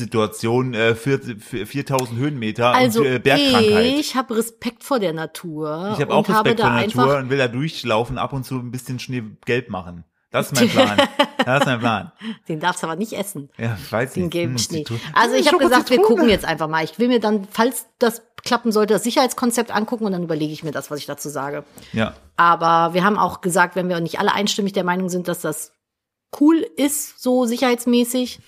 S1: Extremsituation, äh, vier- vier- 4000 Höhenmeter
S2: also
S1: und äh, Bergkrankheit.
S2: ich habe Respekt vor der Natur
S1: Ich habe auch Respekt
S2: und
S1: vor
S2: habe da
S1: der Natur
S2: einfach
S1: und will da durchlaufen, ab und zu ein bisschen Schnee gelb machen. Das ist mein Plan. das ist mein Plan.
S2: den darfst du aber nicht essen.
S1: Ja, ich weiß
S2: Den
S1: nicht.
S2: gelben
S1: Hm,
S2: Schnee.
S1: Zitrone-
S2: Also ich habe
S1: Schoko-
S2: gesagt, wir
S1: Zitrone.
S2: gucken jetzt einfach mal. Ich will mir dann, falls das klappen sollte, das Sicherheitskonzept angucken und dann überlege ich mir das, was ich dazu sage.
S1: Ja,
S2: Aber wir haben auch gesagt, wenn wir nicht alle einstimmig der Meinung sind, dass das cool ist, so sicherheitsmäßig,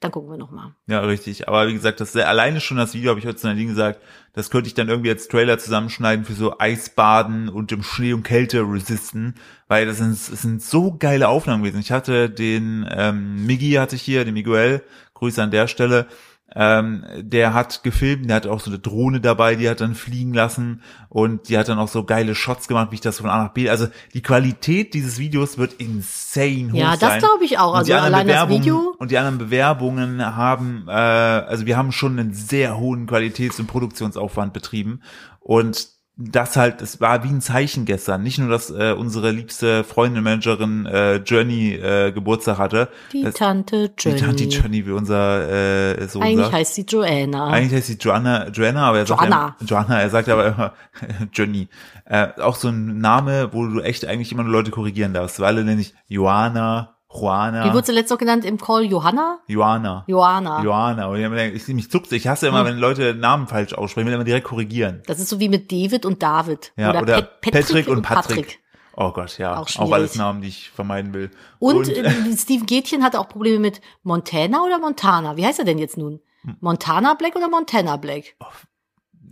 S2: dann gucken wir noch mal.
S1: ja, richtig. Aber wie gesagt, das ist ja alleine schon das Video, habe ich heute zu Nadine gesagt, das könnte ich dann irgendwie als Trailer zusammenschneiden für so Eisbaden und im Schnee und Kälte resisten, weil das sind, das sind so geile Aufnahmen gewesen. Ich hatte den ähm, Miggy hatte ich hier, den Miguel, Grüße an der Stelle. Ähm, der hat gefilmt, der hat auch so eine Drohne dabei, die hat dann fliegen lassen und die hat dann auch so geile Shots gemacht, wie ich das von A nach B. Also die Qualität dieses Videos wird insane hoch
S2: Ja, das
S1: sein.
S2: glaube ich auch.
S1: Und die
S2: Also
S1: anderen
S2: allein das
S1: Bewerbungen-
S2: Video.
S1: Und die anderen Bewerbungen haben, äh, also wir haben schon einen sehr hohen Qualitäts- und Produktionsaufwand betrieben. Und das halt, es war wie ein Zeichen gestern. Nicht nur, dass äh, unsere liebste Freundin, Managerin äh, Journey äh, Geburtstag hatte.
S2: Die
S1: das,
S2: Tante Jenny.
S1: Die Tante Journey, wie unser äh, Sohn
S2: Eigentlich
S1: sagt.
S2: heißt sie Joanna.
S1: Eigentlich heißt sie Joanna, Joanna, aber er sagt
S2: Joanna.
S1: Ja, Joanna, er sagt aber immer Johnny. Äh, auch so ein Name, wo du echt eigentlich immer nur Leute korrigieren darfst, weil alle nenne ich Joanna,
S2: Wie
S1: Juana,
S2: wurde sie letztes noch genannt im Call? Johanna?
S1: Joanna.
S2: Johanna.
S1: Joanna. Und ich, hab mir gedacht, ich mich zuckte. Ich hasse
S2: Hm.
S1: immer, wenn Leute Namen falsch aussprechen, will immer direkt korrigieren.
S2: Das ist so wie mit David und David.
S1: Ja, oder,
S2: Pat-
S1: Patrick, und Patrick. Oh Gott, ja.
S2: Auch
S1: Auch,
S2: schwierig.
S1: alles Namen, die ich vermeiden will.
S2: Und, äh, Steven Gätchen hatte auch Probleme mit Montana oder Montana. Wie heißt er denn jetzt nun?
S1: Hm.
S2: Montana Black oder Montana Black?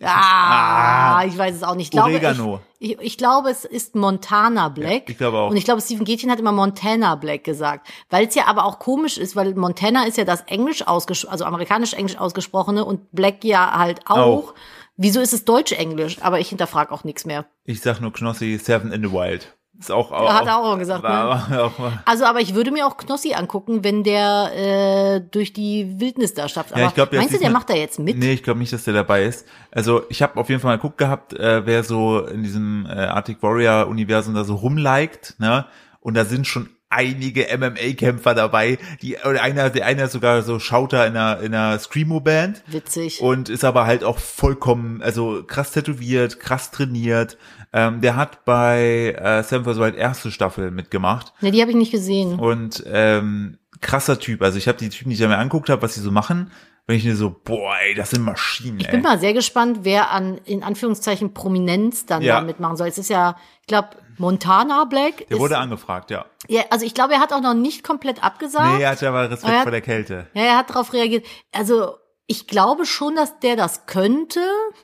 S2: Ah,
S1: Oh, Ah.
S2: ich weiß es auch nicht. Ich glaube,
S1: Oregano.
S2: Ich, ich, ich glaube, es ist Montana Black.
S1: ich glaube auch.
S2: Und ich glaube, Steven Gätchen hat immer Montana Black gesagt. Weil es ja aber auch komisch ist, weil Montana ist ja das Englisch ausgesprochene, also amerikanisch-englisch ausgesprochene und Black ja halt auch.
S1: Auch.
S2: Wieso ist es Deutsch-Englisch? Aber ich hinterfrage auch nichts mehr.
S1: Ich sag nur Knossi, Seven in the Wild. Ist auch, auch
S2: Hat er auch gesagt, ne?
S1: war, war, auch,
S2: Also, aber ich würde mir auch Knossi angucken, wenn der äh, durch die Wildnis da stapft. Aber
S1: ich glaub, der
S2: meinst du,
S1: sieht
S2: der
S1: man-
S2: macht da jetzt mit?
S1: Nee, ich glaube nicht, dass der dabei ist. Also ich habe auf jeden Fall mal geguckt gehabt, äh, wer so in diesem äh, Arctic Warrior Universum da so rumliked, ne? Und da sind schon einige MMA-Kämpfer dabei, die oder einer, der einer ist sogar so Schauter in einer in einer Screamo-Band
S2: Witzig.
S1: und ist aber halt auch vollkommen, also krass tätowiert, krass trainiert. Ähm, der hat bei äh, Sam vs. Wild erste Staffel mitgemacht
S2: Ne, die habe ich nicht gesehen.
S1: und ähm, krasser Typ. Also ich habe die Typen, die ich mir angeguckt habe, was sie so machen, wenn ich mir so, boah, ey, das sind Maschinen,
S2: Ich bin
S1: ey.
S2: mal sehr gespannt, wer an, in Anführungszeichen, Prominenz dann
S1: Ja.
S2: da mitmachen soll. Es ist ja, ich glaube, Montana Black.
S1: Der
S2: ist,
S1: wurde angefragt, ja.
S2: ja, also ich glaube, er hat auch noch nicht komplett abgesagt.
S1: Nee, er hatte aber Respekt
S2: Er hat- Halt
S1: vor der Kälte.
S2: Ja, er hat darauf reagiert. Also ich glaube schon, dass der das könnte.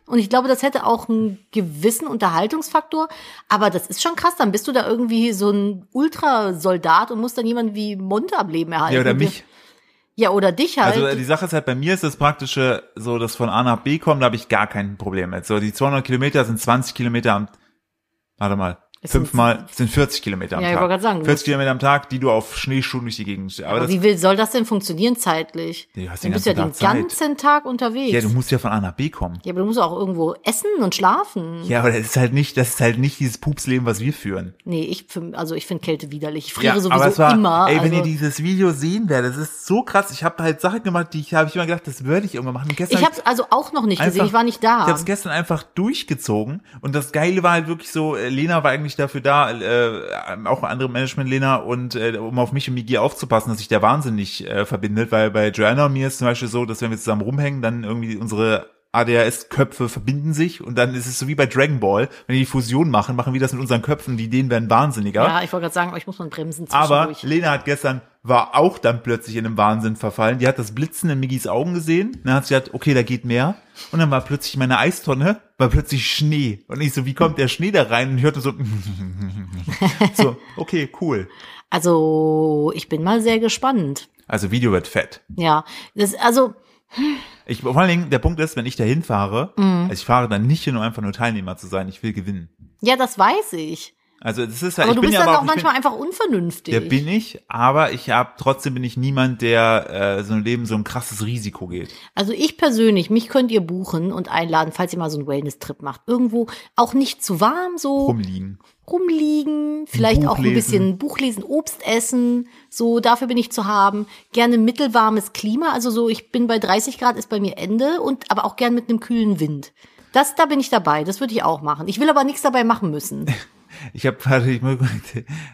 S2: Und ich glaube, das hätte auch einen gewissen Unterhaltungsfaktor. Aber das ist schon krass. Dann bist du da irgendwie so ein Ultrasoldat und musst dann jemanden wie Monte am Leben erhalten.
S1: Ja, oder mich.
S2: Ja, oder dich halt.
S1: Also äh, die Sache ist halt, bei mir ist das praktische so, dass von A nach B kommen, da habe ich gar kein Problem mit. So, die 200 Kilometer sind 20 Kilometer am, warte mal,
S2: Es sind-
S1: fünfmal, sind 40 Kilometer am
S2: Ja, ich
S1: Tag.
S2: wollte gerade sagen, du
S1: 40 Kilometer am Tag, die du auf Schneeschuhen durch die Gegend, aber,
S2: aber
S1: das,
S2: wie will, soll das denn funktionieren zeitlich?
S1: Ja, du hast
S2: dann
S1: den
S2: bist du ja den
S1: ganzen Tag Zeit.
S2: ganzen Tag unterwegs.
S1: ja, du musst ja von A nach B kommen.
S2: ja, aber du musst auch irgendwo essen und schlafen.
S1: Ja, aber das ist halt nicht, das ist halt nicht dieses Pupsleben, was wir führen.
S2: Nee, ich, find- also ich finde Kälte widerlich. Ich friere sowieso
S1: aber es war,
S2: immer.
S1: Ey, wenn
S2: also-
S1: ihr dieses Video sehen werdet, das ist so krass. Ich habe halt Sachen gemacht, die ich habe ich immer gedacht, das würde ich irgendwann machen. Und Gestern
S2: ich habe es also auch noch nicht gesehen.
S1: einfach-
S2: Ich war nicht da.
S1: Ich habe es gestern einfach durchgezogen und das Geile war halt wirklich so, äh, Lena war eigentlich dafür da, äh, auch andere Management Lena und äh, um auf mich und Migi aufzupassen, dass sich der Wahnsinn nicht äh, verbindet, weil bei Joanna und mir ist zum Beispiel so, dass wenn wir zusammen rumhängen, dann irgendwie unsere ADHS-Köpfe verbinden sich und dann ist es so wie bei Dragon Ball, wenn die die Fusion machen, machen wir das mit unseren Köpfen, die Ideen werden wahnsinniger.
S2: Ja, ich wollte gerade sagen, euch muss man bremsen
S1: Aber
S2: zwischendurch.
S1: Lena hat gestern, war auch dann plötzlich in einem Wahnsinn verfallen. Die hat das Blitzen in Miggis Augen gesehen. Dann hat sie gesagt, okay, da geht mehr. Und dann war plötzlich meine Eistonne, war plötzlich Schnee. Und ich so, wie kommt der Schnee da rein? Und ich hörte so, so, okay, cool.
S2: also, ich bin mal sehr gespannt.
S1: Also Video wird fett.
S2: Ja, das, also,
S1: Ich, vor allen Dingen, der Punkt ist, wenn ich dahin
S2: Mhm.
S1: fahre, also ich fahre dann nicht hin, um einfach nur Teilnehmer zu sein. Ich will gewinnen.
S2: ja, das weiß ich.
S1: Also das ist ja,
S2: Aber
S1: ich
S2: du
S1: bin
S2: bist
S1: ja
S2: dann
S1: aber
S2: auch
S1: auch, ich bin-
S2: manchmal einfach unvernünftig.
S1: Der bin ich, aber ich hab, trotzdem bin ich niemand, der äh, so ein Leben so ein krasses Risiko geht.
S2: Also ich persönlich, mich könnt ihr buchen und einladen, falls ihr mal so einen Wellness-Trip macht. Irgendwo auch nicht zu warm, so
S1: Rumliegen.
S2: rumliegen, vielleicht
S1: Buch
S2: auch ein
S1: lesen.
S2: bisschen Buch lesen, Obst essen, so dafür bin ich zu haben. Gerne mittelwarmes Klima, also so ich bin bei 30 Grad ist bei mir Ende und aber auch gern mit einem kühlen Wind. Das, da bin ich dabei, das würde ich auch machen. Ich will aber nichts dabei machen müssen.
S1: Ich habe, warte, ich möchte,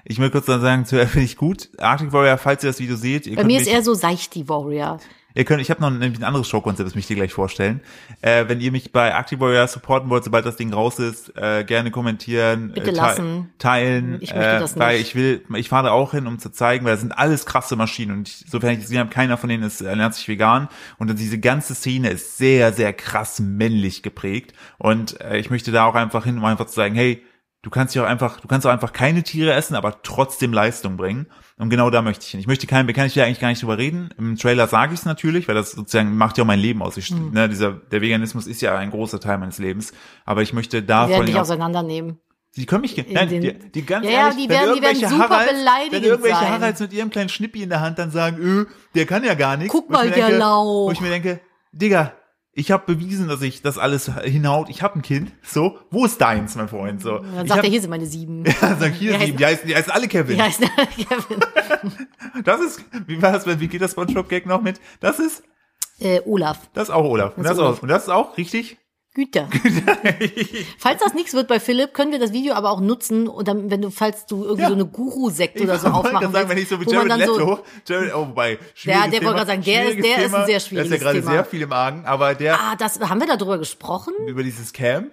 S1: ich möchte kurz dann sagen, zuerst finde ich gut. Arctic Warrior, falls ihr das Video seht, ihr
S2: Bei
S1: könnt
S2: mir
S1: mich,
S2: ist eher so Seichti Warrior.
S1: ihr könnt, ich habe noch nämlich ein anderes Showkonzept, das möchte ich dir gleich vorstellen. Äh, wenn ihr mich bei Arctic Warrior supporten wollt, sobald das Ding raus ist, äh, gerne kommentieren,
S2: Bitte
S1: äh, te-
S2: lassen.
S1: teilen,
S2: Ich möchte das
S1: äh, weil
S2: nicht.
S1: ich will, ich fahre da auch hin, um zu zeigen, weil das sind alles krasse Maschinen und ich, sofern ich gesehen habe, keiner von denen ist äh, ernährt sich vegan und dann diese ganze Szene ist sehr, sehr krass männlich geprägt und äh, ich möchte da auch einfach hin, um einfach zu sagen, hey, du kannst ja auch einfach, du kannst auch einfach keine Tiere essen, aber trotzdem Leistung bringen und genau da möchte ich hin. Ich möchte keinen, kann ich ja eigentlich gar nicht drüber reden. Im Trailer sage ich es natürlich, weil das sozusagen macht ja auch mein Leben aus. Ich,
S2: Mhm.
S1: ne, dieser, der Veganismus ist ja ein großer Teil meines Lebens, aber ich möchte da
S2: Die werden
S1: vor
S2: dich
S1: allem auch-
S2: auseinandernehmen.
S1: die können mich,
S2: In
S1: nein,
S2: den-
S1: die, die ganz
S2: Ja, ja,
S1: ehrlich,
S2: die
S1: wenn
S2: werden- die werden
S1: irgendwelche
S2: super
S1: Haralds, wenn
S2: beleidigend
S1: irgendwelche
S2: sein.
S1: Haralds mit ihrem kleinen Schnippi in der Hand dann sagen, öh, der kann ja gar nichts.
S2: Guck
S1: Wo ich
S2: mal,
S1: mir
S2: der
S1: denke,
S2: Lauch.
S1: Wo ich mir denke, Digga, ich habe bewiesen, dass ich das alles hinhaut. Ich habe ein Kind, so, wo ist deins, mein Freund, so.
S2: Dann
S1: ich
S2: sagt
S1: hab,
S2: er, hier sind meine sieben.
S1: dann sag ich, hier
S2: Ja,
S1: sieben, die heißen, die heißen alle Kevin.
S2: Ja, ist Kevin.
S1: Das ist, wie war das, bei- wie geht das Spongebob-Gag noch mit? Das ist,
S2: Äh, Olaf.
S1: das ist auch Olaf. Und
S2: Das
S1: das,
S2: ist
S1: auch,
S2: Olaf.
S1: und das ist auch richtig.
S2: Güter. falls das nichts wird bei Philipp, können wir das Video aber auch nutzen und dann, wenn du, falls du irgendwie
S1: Ja.
S2: so eine Guru-Sekte
S1: Ich
S2: oder so
S1: wollte
S2: aufmachen
S1: gerade sagen, wenn ich
S2: willst,
S1: so mit
S2: wo man
S1: Jared
S2: dann
S1: Leto,
S2: so,
S1: Jared, oh, bei
S2: Ja, der wollte gerade sagen, der ist- der ist ein sehr
S1: Der
S2: schwieriges
S1: ist ja gerade
S2: Thema.
S1: sehr viel im Argen, aber der
S2: ah, das, haben wir da drüber gesprochen?
S1: über dieses Camp.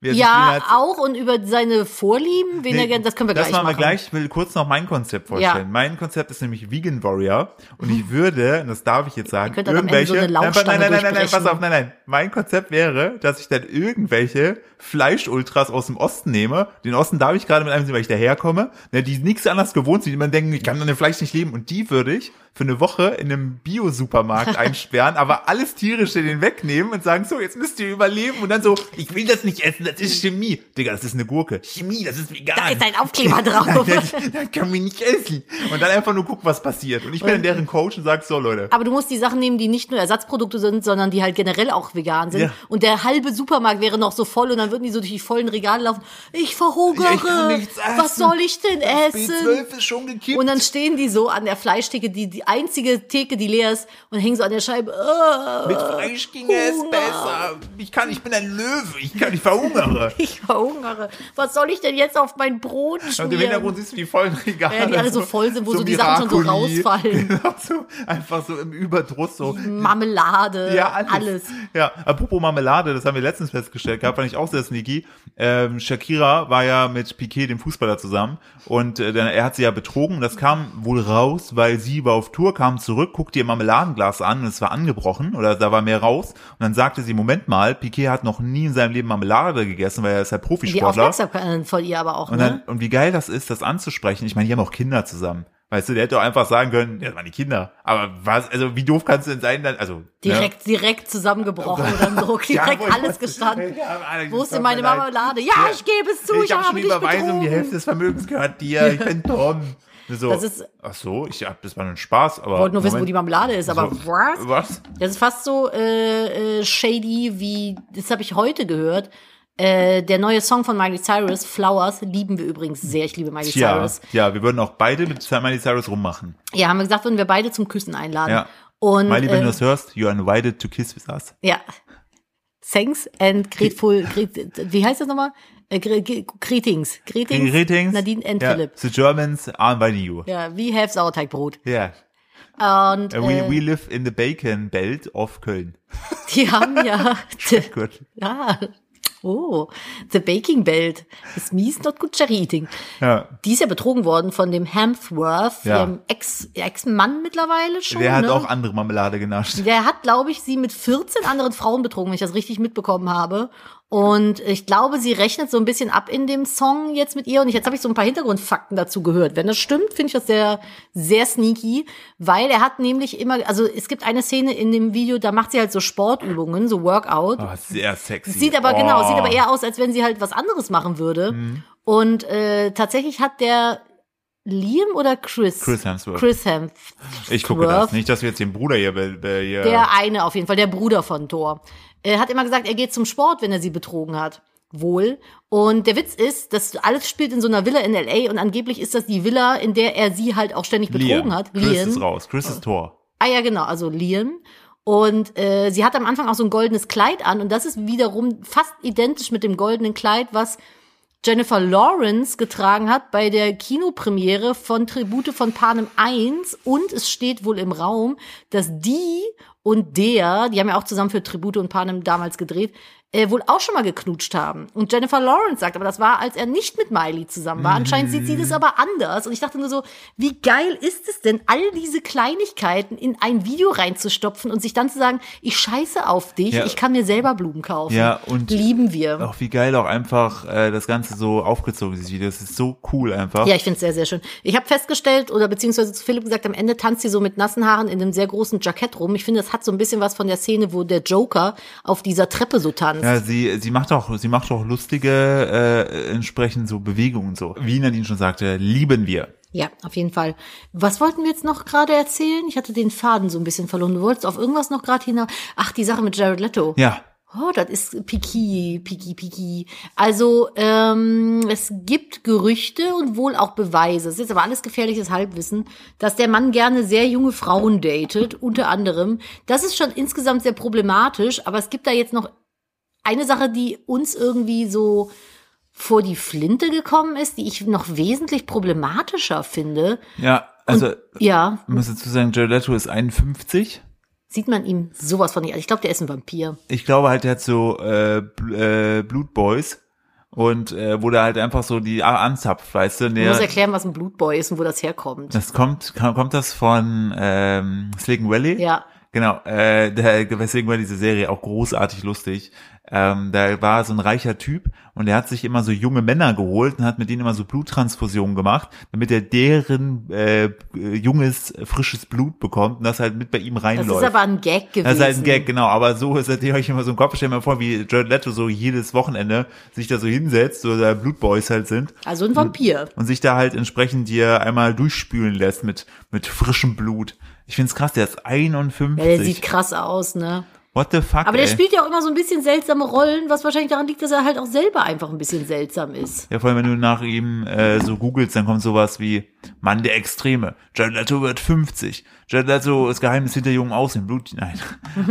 S1: wer sich
S2: Ja,
S1: viel hat-
S2: auch und über seine Vorlieben, wen
S1: Nee,
S2: er gerne, das können wir
S1: das
S2: gleich
S1: machen
S2: machen.
S1: wir gleich. Ich will kurz noch mein Konzept vorstellen. Mein Konzept ist nämlich Vegan Warrior und ich würde, und das darf ich jetzt sagen,
S2: könnt dann am Ende so
S1: irgendwelche
S2: eine
S1: nein, nein,
S2: Lauchstange
S1: nein, nein, nein, nein,
S2: durchbrechen.
S1: pass auf, nein, nein. Mein Konzept wäre, dass ich dann irgendwelche Fleischultras aus dem Osten nehme. Den Osten darf ich gerade mit einem sehen, weil ich daherkomme, ne, die nichts anderes gewohnt sind, die immer denken, ich kann an dem Fleisch nicht leben und die würde ich für eine Woche in einem Bio-Supermarkt einsperren, aber alles tierische den wegnehmen und sagen, so, jetzt müsst ihr überleben und dann so, ich will das nicht essen, das ist Chemie. Digga, das ist eine Gurke. Chemie, das ist vegan.
S2: Da ist ein Aufkleber drauf.
S1: Das, das kann man nicht essen. Und dann einfach nur gucken, was passiert. Und ich bin in deren Coach und sag so, Leute.
S2: Aber du musst die Sachen nehmen, die nicht nur Ersatzprodukte sind, sondern die halt generell auch vegan sind.
S1: Ja.
S2: Und der halbe Supermarkt wäre noch so voll und dann würden die so durch die vollen Regale laufen. Ich verhungere.
S1: Ja, ich kann nichts essen.
S2: Was soll ich denn essen?
S1: B12 ist schon gekippt.
S2: Und dann stehen die so an der Fleischtheke, die, die einzige Theke, die leer ist, und hängen so an der Scheibe. Äh,
S1: Mit Fleisch ginge es
S2: Hunger.
S1: besser. Ich kann, ich bin ein Löwe. Ich kann, ich verhungere.
S2: Ich verhungere. Was soll ich denn jetzt auf mein Brot
S1: Und im
S2: schmieren?
S1: Hintergrund siehst du die vollen Regale.
S2: Ja, die alle so voll sind, wo so die Sachen schon so
S1: Miracoli.
S2: rausfallen.
S1: Genau, so, einfach so im Überdruss so.
S2: Marmelade,
S1: Ja, alles.
S2: alles.
S1: Ja, apropos Marmelade, das haben wir letztens festgestellt gehabt, fand ich auch sehr sneaky. Ähm, Shakira war ja mit Piquet, dem Fußballer, zusammen und äh, dann, er hat sie ja betrogen. Das kam wohl raus, weil sie war auf Tour, kam zurück, guckte ihr Marmeladenglas an und es war angebrochen oder da war mehr raus. Und dann sagte sie, Moment mal, Piquet hat noch nie in seinem Leben Marmelade gegessen, weil er ist ja
S2: Die
S1: Profisportler.
S2: Aufmerksamkeit von ihr aber auch,
S1: Und,
S2: ne?
S1: dann, und wie geil das ist, das anzusprechen. Ich meine, die haben auch Kinder zusammen. Weißt du, der hätte doch einfach sagen können, ja, das waren die Kinder. Aber was, also wie doof kannst du denn sein, dann, also. ne?
S2: Direkt, direkt zusammengebrochen
S1: Oh
S2: oder so. Direkt
S1: Jawohl.
S2: alles gestanden.
S1: Ja, Alex,
S2: Wo ist denn
S1: tut
S2: meine
S1: mir leid.
S2: Marmelade? Ja, ich gebe es zu, ich,
S1: ich hab
S2: habe
S1: schon die
S2: dich
S1: Überweisung, die Hälfte
S2: betrogen.
S1: des Vermögens gehört dir. Ich bin Tom. So,
S2: Das ist-
S1: ach so, ich hab, das war nur ein Spaß, aber.
S2: Ich wollte nur wissen, wo die
S1: Moment. Also,
S2: Marmelade ist, aber
S1: So,
S2: was?
S1: Was?
S2: Das ist fast so äh, äh, shady wie, das habe ich heute gehört. Äh, der neue Song von Miley Cyrus, Flowers, lieben wir übrigens sehr. Ich liebe Miley
S1: Tja,
S2: Cyrus.
S1: ja, wir würden auch beide mit Miley Cyrus rummachen.
S2: Ja, haben wir gesagt, würden wir beide zum Küssen einladen.
S1: Ja.
S2: Und
S1: Miley, wenn du
S2: äh,
S1: das hörst, you are invited to kiss with us.
S2: ja. Thanks and grateful, grat- wie heißt das nochmal? Äh, gr- gr- Greetings. Greetings.
S1: Greetings.
S2: Nadine and
S1: ja,
S2: Philipp.
S1: The Germans are inviting you.
S2: Ja, we have Sauerteigbrot.
S1: Yeah.
S2: Und
S1: Uh, we,
S2: äh,
S1: we live in the Bacon Belt of Köln.
S2: die haben ja,
S1: Gut.
S2: ja, oh, the baking belt. This means not good cherry eating.
S1: Ja.
S2: Die ist ja betrogen worden von dem Hemsworth,
S1: Ja.
S2: ihrem Ex- Ex-Mann mittlerweile schon.
S1: Der hat
S2: ne?
S1: auch andere Marmelade genascht.
S2: Der hat, glaube ich, sie mit 14 anderen Frauen betrogen, wenn ich das richtig mitbekommen habe. Und ich glaube, sie rechnet so ein bisschen ab in dem Song jetzt mit ihr. Und ich, jetzt habe ich so ein paar Hintergrundfakten dazu gehört. Wenn das stimmt, finde ich das sehr, sehr sneaky, weil er hat nämlich immer, also es gibt eine Szene in dem Video, da macht sie halt so Sportübungen, so Workout.
S1: Oh, sehr sexy.
S2: Sieht aber
S1: oh. Mhm.
S2: genau, sieht aber eher aus, als wenn sie halt was anderes machen würde. Und äh, tatsächlich hat der Liam oder Chris?
S1: Chris Hemsworth.
S2: Chris Hemsworth.
S1: Ich gucke das. Nicht, äh. dass wir jetzt den Bruder hier, be- be- hier
S2: Der eine auf jeden Fall, der Bruder von Thor. Er hat immer gesagt, er geht zum Sport, wenn er sie betrogen hat. Wohl. Und der Witz ist, dass alles spielt in so einer Villa in L.A. und angeblich ist das die Villa, in der er sie halt auch ständig betrogen
S1: Liam.
S2: hat.
S1: Chris ist raus. Chris ist Tor.
S2: Ah ja, genau, also Liam. Und äh, sie hat am Anfang auch so ein goldenes Kleid an und das ist wiederum fast identisch mit dem goldenen Kleid, was Jennifer Lawrence getragen hat bei der Kinopremiere von Tribute von Panem 1 und es steht wohl im Raum, dass die und der, die haben ja auch zusammen für Tribute und Panem damals gedreht, äh, wohl auch schon mal geknutscht haben. Und Jennifer Lawrence sagt, aber das war, als er nicht mit Miley zusammen war. Anscheinend sieht sie
S1: Mhm.
S2: das aber anders. Und ich dachte nur so, wie geil ist es denn, all diese Kleinigkeiten in ein Video reinzustopfen und sich dann zu sagen, ich scheiße auf dich,
S1: Ja.
S2: ich kann mir selber Blumen kaufen.
S1: Ja, und-
S2: Lieben wir.
S1: Auch wie geil auch einfach äh, das Ganze so aufgezogen, dieses Video. Das ist so cool einfach.
S2: Ja, ich find's sehr, sehr schön. Ich habe festgestellt oder beziehungsweise zu Philipp gesagt, am Ende tanzt sie so mit nassen Haaren in einem sehr großen Jackett rum. Ich finde, das hat so ein bisschen was von der Szene, wo der Joker auf dieser Treppe so tanzt.
S1: Ja, sie, sie macht auch, sie macht auch lustige, äh, entsprechend so Bewegungen so. Wie Nadine schon sagte, lieben wir.
S2: Ja, auf jeden Fall. Was wollten wir jetzt noch gerade erzählen? Ich hatte den Faden so ein bisschen verloren. Du wolltest auf irgendwas noch gerade hinaus. Ach, die Sache mit Jared Leto.
S1: Ja.
S2: Oh, das ist Piki, Piki, Piki. Also, ähm, es gibt Gerüchte und wohl auch Beweise. Es ist jetzt aber alles gefährliches Halbwissen, dass der Mann gerne sehr junge Frauen datet, unter anderem. Das ist schon insgesamt sehr problematisch, aber es gibt da jetzt noch eine Sache, die uns irgendwie so vor die Flinte gekommen ist, die ich noch wesentlich problematischer finde.
S1: Ja, also,
S2: Ja,
S1: man muss dazu sagen, Jared Leto ist 51.
S2: sieht man ihm sowas von nicht. an. Ich glaube, der ist ein Vampir.
S1: Ich glaube halt, der hat so, äh, Bl- äh Blutboys. Und, äh, wo der halt einfach so die A- anzapft, weißt du? und
S2: Ich
S1: Der,
S2: muss erklären, was ein Blutboy ist und wo das herkommt.
S1: das kommt, kam- kommt das von, ähm, Slicken Valley?
S2: Ja.
S1: Genau, äh, der, weswegen war diese Serie auch großartig lustig. Ähm, da war so ein reicher Typ und der hat sich immer so junge Männer geholt und hat mit denen immer so Bluttransfusionen gemacht, damit er deren äh, äh, junges, frisches Blut bekommt und das halt mit bei ihm
S2: Das
S1: reinläuft.
S2: ist aber ein Gag gewesen.
S1: Das ist halt ein Gag, genau. Aber so ist das, die euch immer so im Kopf stellen mal vor, wie Jared Leto so jedes Wochenende sich da so hinsetzt, so da Blutboys halt sind
S2: Also ein Vampir.
S1: und sich da halt entsprechend dir einmal durchspülen lässt mit, mit frischem Blut. Ich find's krass, der ist 51.
S2: Ja, der sieht krass aus, ne?
S1: What the fuck,
S2: Aber der
S1: ey?
S2: spielt ja auch immer so ein bisschen seltsame Rollen, was wahrscheinlich daran liegt, dass er halt auch selber einfach ein bisschen seltsam ist.
S1: Ja, vor allem, wenn du nach ihm äh, so googelst, dann kommt sowas wie Mann der Extreme. Jared Leto wird 50. Jared Leto ist Geheimnis hinter jungen Aussehen. Blut, nein.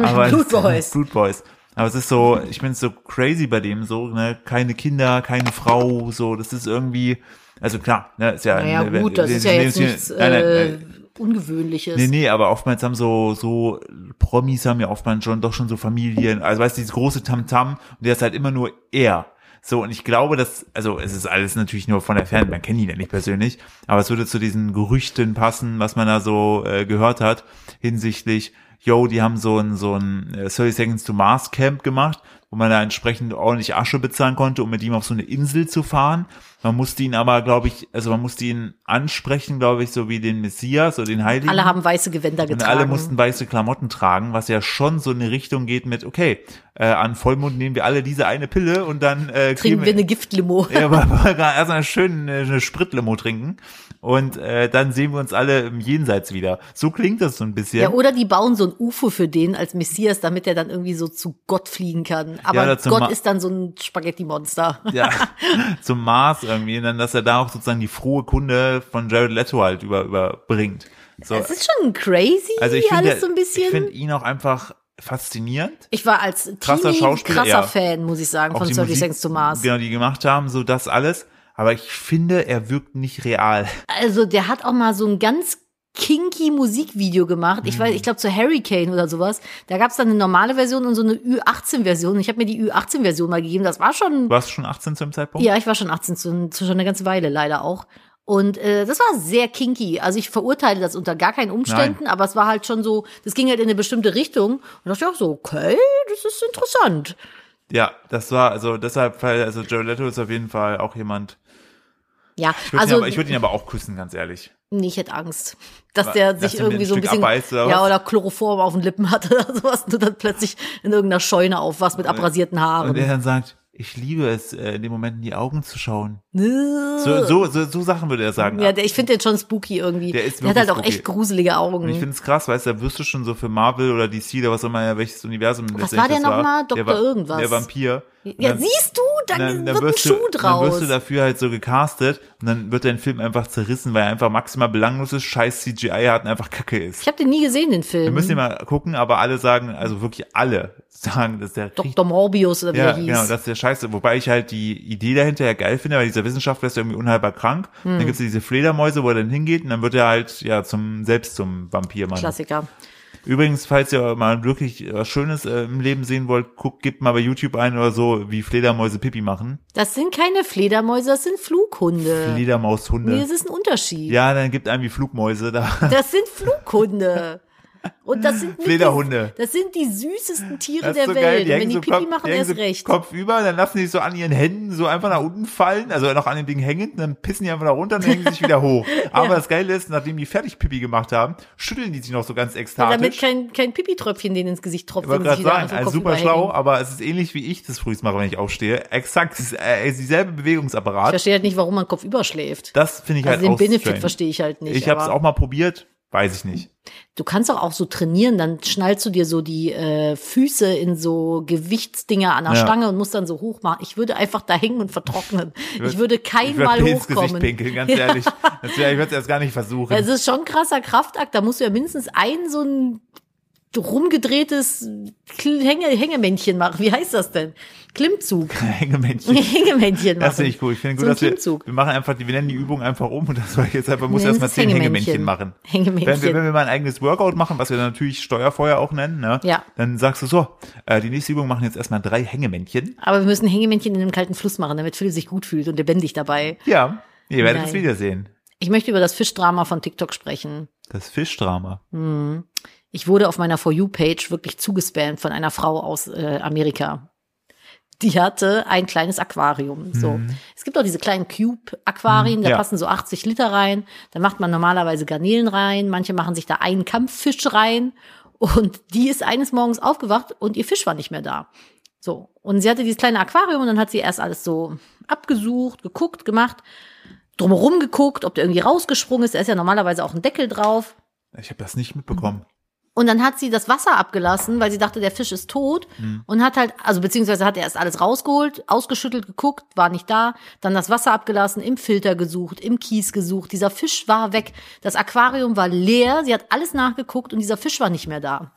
S1: Aber
S2: Blut Boys.
S1: Blut Boys. Aber es ist so, ich find's so crazy bei dem so, ne? Keine Kinder, keine Frau, so. Das ist irgendwie, also klar, ne? Ist ja,
S2: Naja,
S1: ne,
S2: gut, das
S1: ne,
S2: ist ja jetzt
S1: ne,
S2: nichts
S1: nein, nein,
S2: äh,
S1: nein.
S2: Ungewöhnliches.
S1: Nee, nee, aber oftmals haben so, so Promis haben ja oftmals schon doch schon so Familien, also weißt du, dieses große Tamtam und der ist halt immer nur er. So, und ich glaube, dass, also es ist alles natürlich nur von der Ferne, man kennt ihn ja nicht persönlich, aber es würde zu diesen Gerüchten passen, was man da so äh, gehört hat, hinsichtlich, yo, die haben so ein, so ein äh, 30 Seconds to Mars Camp gemacht, wo man da entsprechend ordentlich Asche bezahlen konnte, um mit ihm auf so eine Insel zu fahren. Man musste ihn aber, glaube ich, also man musste ihn ansprechen, glaube ich, so wie den Messias oder den Heiligen.
S2: Alle haben weiße Gewänder
S1: Und
S2: getragen.
S1: alle mussten weiße Klamotten tragen, was ja schon so in eine Richtung geht mit, okay, äh, an Vollmond nehmen wir alle diese eine Pille und dann äh,
S2: Trinken wir
S1: kriegen
S2: eine Giftlimo.
S1: ja, aber aber erstmal schön äh, eine Spritlimo trinken und äh, dann sehen wir uns alle im Jenseits wieder. So klingt das so ein bisschen.
S2: Ja, oder die bauen so ein UFO für den als Messias, damit er dann irgendwie so zu Gott fliegen kann. Aber
S1: oder zum Ma-
S2: Gott ist dann so ein Spaghetti-Monster.
S1: ja, zum Mars irgendwie, und dann, dass er da auch sozusagen die frohe Kunde von Jared Leto halt über, überbringt. So,
S2: Es ist schon crazy,
S1: also ich finde
S2: alles so ein bisschen.
S1: ich finde ihn auch einfach faszinierend.
S2: Ich war als Teenie
S1: Krasser
S2: krasser,
S1: Schauspieler, ja.
S2: Fan, muss ich sagen,
S1: Auch
S2: von
S1: die
S2: 30
S1: Musik,
S2: Seconds to Mars.
S1: Genau, die gemacht haben, so das alles. Aber ich finde, er wirkt nicht real.
S2: Also der hat auch mal so ein ganz kinky Musikvideo gemacht.
S1: Mhm.
S2: Ich weiß, ich glaube zu Hurricane oder sowas. Da gab es dann eine normale Version und so eine Ü18-Version. Ich habe mir die Ü18-Version mal gegeben. Das war schon.
S1: Du warst schon 18 zu dem Zeitpunkt?
S2: Ja, ich war schon 18, zu, zu schon eine ganze Weile leider auch. Und äh, das war sehr kinky. Also ich verurteile das unter gar keinen Umständen, aber es war halt schon so, das ging halt in eine bestimmte Richtung. Und da dachte ich auch so, okay, das ist interessant.
S1: Ja, das war, also deshalb, also Jared Leto ist auf jeden Fall auch jemand.
S2: Ja,
S1: Ich würde
S2: also
S1: ihn, aber- ich würd ihn aber auch küssen, ganz ehrlich.
S2: Nee, ich hätte Angst, dass
S1: Wa-
S2: der
S1: dass
S2: sich
S1: der mir
S2: irgendwie
S1: ein
S2: so ein
S1: Stück
S2: bisschen
S1: abbeißt oder
S2: ja
S1: was?
S2: oder Chloroform auf den Lippen hatte oder sowas und du dann plötzlich in irgendeiner Scheune aufwachst mit abrasierten
S1: Und
S2: Haaren.
S1: er dann sagt, ich liebe es, äh, in dem Moment in die Augen zu schauen. So,
S2: So,
S1: so, so, so Sachen würde er sagen.
S2: Ja, der, ich finde den schon spooky irgendwie.
S1: Der ist
S2: der hat
S1: wirklich
S2: halt auch
S1: spooky.
S2: echt gruselige Augen.
S1: Und ich finde es krass, weißt du, da wirst du schon so für Marvel oder DC oder was auch immer, ja, welches Universum
S2: Was
S1: letztendlich
S2: war der
S1: das war.
S2: nochmal? Dr.
S1: war-
S2: irgendwas.
S1: Der Vampir. Und
S2: ja,
S1: dann-
S2: siehst du, dann, wird ein
S1: wirst
S2: Schuh
S1: du,
S2: draus.
S1: Dann wirst du dafür halt so gecastet und dann wird dein Film einfach zerrissen, weil er einfach maximal belanglos ist, scheiß CGI hat und einfach kacke ist.
S2: ich habe den nie gesehen, den
S1: Wir
S2: Film.
S1: müssen ihn mal gucken, aber alle sagen, also wirklich alle sagen, dass der richtig-
S2: Dr. Morbius oder wie
S1: ja,
S2: er hieß.
S1: genau, das ist der Scheiße. Wobei ich halt die Idee dahinter ja geil finde, weil dieser Wissenschaftler ist ja irgendwie unheilbar krank.
S2: Mhm.
S1: Dann gibt's ja diese Fledermäuse, wo er dann hingeht und dann wird er halt ja zum selbst zum Vampirmann.
S2: Klassiker.
S1: Übrigens, falls ihr mal wirklich was Schönes äh, im Leben sehen wollt, guckt, gebt mal bei YouTube ein oder so, wie Fledermäuse Pipi machen.
S2: Das sind keine Fledermäuse, das sind Flughunde.
S1: Fledermaushunde.
S2: nee, das ist ein Unterschied.
S1: Ja, dann gibt einem die Flugmäuse da.
S2: Das sind Flughunde. Und das sind nicht
S1: Flederhunde.
S2: Die, das sind die süßesten Tiere
S1: Das
S2: der
S1: ist so
S2: Welt.
S1: geil. Die
S2: Und
S1: hängen
S2: wenn die
S1: so
S2: Pipi
S1: Kopf,
S2: machen,
S1: die hängen
S2: erst
S1: so
S2: recht.
S1: Kopf über, dann lassen die sich so an ihren Händen so einfach nach unten fallen, also noch an dem Ding hängend, dann pissen die einfach da runter und hängen sich wieder hoch. Aber das Geile ist, nachdem die fertig Pipi gemacht haben, schütteln die sich noch so ganz ekstatisch.
S2: Damit kein, kein Pipi-Tröpfchen denen ins Gesicht tropft.
S1: Ich wollte
S2: wenn sie
S1: gerade
S2: wieder
S1: sagen,
S2: auf den
S1: also
S2: Kopf
S1: super schlau,
S2: überhängen.
S1: aber es ist ähnlich wie ich das frühst mache, wenn ich aufstehe. Exakt, es ist, äh, es ist dieselbe
S2: Ich
S1: Bewegungsapparat.
S2: verstehe halt nicht, warum man Kopf überschläft.
S1: Das finde ich
S2: also
S1: halt
S2: den
S1: auch
S2: Benefit
S1: strange.
S2: verstehe ich halt nicht.
S1: Ich habe es
S2: aber-
S1: auch mal probiert, weiß ich nicht.
S2: Du kannst doch auch so trainieren, dann schnallst du dir so die äh, Füße in so Gewichtsdinger an der
S1: Ja.
S2: Stange und musst dann so hoch machen. Ich würde einfach da hängen und vertrocknen. Ich
S1: würd-
S2: würde
S1: Ich
S2: kein
S1: würde
S2: Mal
S1: mir ins Gesicht
S2: hochkommen. Also
S1: pinkeln, ganz ehrlich. Das wär, ich würde es erst gar nicht versuchen.
S2: Es ist schon ein krasser Kraftakt, da musst du ja mindestens ein so ein rumgedrehtes Kl- Hänge Hängemännchen machen. Wie heißt das denn? Klimmzug.
S1: Hängemännchen.
S2: Hängemännchen machen.
S1: Das finde ich cool. Ich finde gut,
S2: so ein
S1: dass wir,
S2: Klimmzug.
S1: wir machen einfach, die- wir nennen die Übung einfach um und das soll ich jetzt einfach, muss
S2: Nennen
S1: erstmal
S2: es
S1: zehn Hängemännchen
S2: Hängemännchen.
S1: machen.
S2: Hängemännchen.
S1: Wenn wir, wenn wir mal ein eigenes Workout machen, was wir dann natürlich Steuerfeuer auch nennen, ne?
S2: Ja.
S1: Dann sagst du so, äh, die nächste Übung machen jetzt erstmal drei Hängemännchen.
S2: Aber wir müssen Hängemännchen in einem kalten Fluss machen, damit Phil sich gut fühlt und lebendig dabei.
S1: Ja. Ihr werdet
S2: Nein.
S1: es wiedersehen.
S2: Ich möchte über das Fischdrama von TikTok sprechen.
S1: Das Fischdrama.
S2: Ich wurde auf meiner For You-Page wirklich zugespammt von einer Frau aus äh, Amerika. Die hatte ein kleines Aquarium. So. Es gibt auch diese kleinen Cube-Aquarien, da
S1: Ja.
S2: passen so 80 Liter rein. Da macht man normalerweise Garnelen rein. Manche machen sich da einen Kampffisch rein. Und die ist eines Morgens aufgewacht und ihr Fisch war nicht mehr da. So. Und sie hatte dieses kleine Aquarium und dann hat sie erst alles so abgesucht, geguckt, gemacht, drumherum geguckt, ob der irgendwie rausgesprungen ist. Da ist ja normalerweise auch ein Deckel drauf.
S1: Ich habe das nicht mitbekommen.
S2: Und dann hat sie das Wasser abgelassen, weil sie dachte, der Fisch ist tot. Und hat halt, also beziehungsweise hat er erst alles rausgeholt, ausgeschüttelt, geguckt, war nicht da. Dann das Wasser abgelassen, im Filter gesucht, im Kies gesucht. Dieser Fisch war weg. Das Aquarium war leer. Sie hat alles nachgeguckt und dieser Fisch war nicht mehr da.